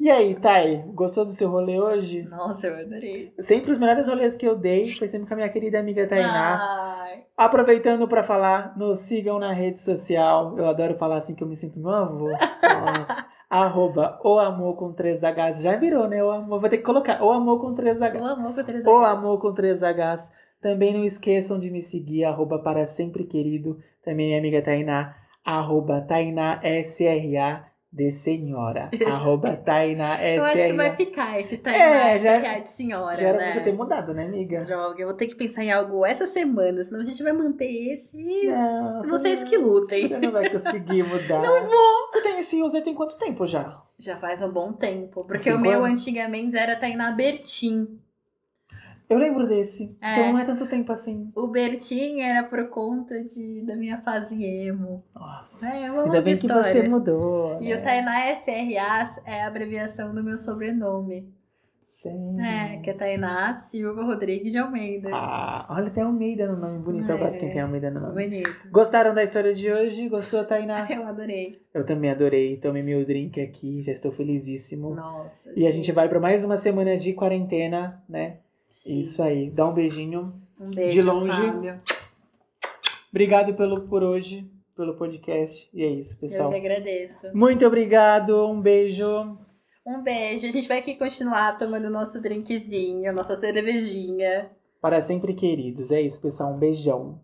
Speaker 2: E aí, Thay, gostou do seu rolê hoje?
Speaker 1: Nossa, eu adorei.
Speaker 2: Sempre os melhores rolês que eu dei foi sempre com a minha querida amiga
Speaker 1: Ah.
Speaker 2: Tainá.
Speaker 1: Ai,
Speaker 2: Aproveitando pra falar, nos sigam na rede social. Eu adoro falar assim que eu me sinto meu avô. Nossa. Arroba o amor com 3Hs. Já virou, né? O amor. Vou ter que colocar o amor com 3Hs.
Speaker 1: o amor com três
Speaker 2: O
Speaker 1: Hs.
Speaker 2: amor com 3Hs. Também não esqueçam de me seguir, arroba para sempre querido. Também minha amiga Tainá, arroba Tainá SRA
Speaker 1: *laughs*
Speaker 2: de senhora. Arroba Tainá SRA.
Speaker 1: Eu acho que vai ficar esse time
Speaker 2: É, já-
Speaker 1: de senhora,
Speaker 2: Já era pra
Speaker 1: né?
Speaker 2: você ter mudado, né, amiga?
Speaker 1: Droga, eu vou ter que pensar em algo essa semana, senão a gente vai manter esse.
Speaker 2: Não, você
Speaker 1: Vocês
Speaker 2: não-
Speaker 1: que lutem.
Speaker 2: Você não
Speaker 1: *laughs*
Speaker 2: vai conseguir mudar.
Speaker 1: Não vou.
Speaker 2: Você tem esse user tem quanto tempo já?
Speaker 1: Já faz um bom tempo, porque
Speaker 2: Cinco
Speaker 1: o meu
Speaker 2: anos?
Speaker 1: antigamente era tá Tainá Bertin.
Speaker 2: Eu lembro desse.
Speaker 1: É.
Speaker 2: Então não é tanto tempo assim.
Speaker 1: O Bertin era por conta de, da minha fase emo.
Speaker 2: Nossa.
Speaker 1: É, uma
Speaker 2: Ainda
Speaker 1: longa
Speaker 2: bem que
Speaker 1: história.
Speaker 2: você mudou.
Speaker 1: E o
Speaker 2: né?
Speaker 1: Tainá SRA é a abreviação do meu sobrenome.
Speaker 2: Sim.
Speaker 1: É, que é Tainá Silva Rodrigues de Almeida.
Speaker 2: Hum. Ah, olha, tem Almeida no nome. Bonito, eu
Speaker 1: É.
Speaker 2: gosto quem tem Almeida no nome.
Speaker 1: Bonito.
Speaker 2: Gostaram da história de hoje? Gostou, Tainá?
Speaker 1: Eu adorei.
Speaker 2: Eu também adorei. Tomei meu drink aqui, já estou felizíssimo.
Speaker 1: Nossa.
Speaker 2: Ah. E a gente é vai pra mais uma semana de quarentena, né?
Speaker 1: sim.
Speaker 2: Isso aí. Dá um beijinho.
Speaker 1: Um beijo.
Speaker 2: De longe,
Speaker 1: Fábio.
Speaker 2: Obrigado pelo, por hoje, pelo podcast. E é isso,
Speaker 1: Eu
Speaker 2: pessoal.
Speaker 1: que agradeço.
Speaker 2: Muito obrigado. Um beijo.
Speaker 1: Um beijo. A gente vai aqui continuar tomando nosso drinkzinho, nossa cervejinha.
Speaker 2: Para sempre queridos. É isso, pessoal. Um beijão.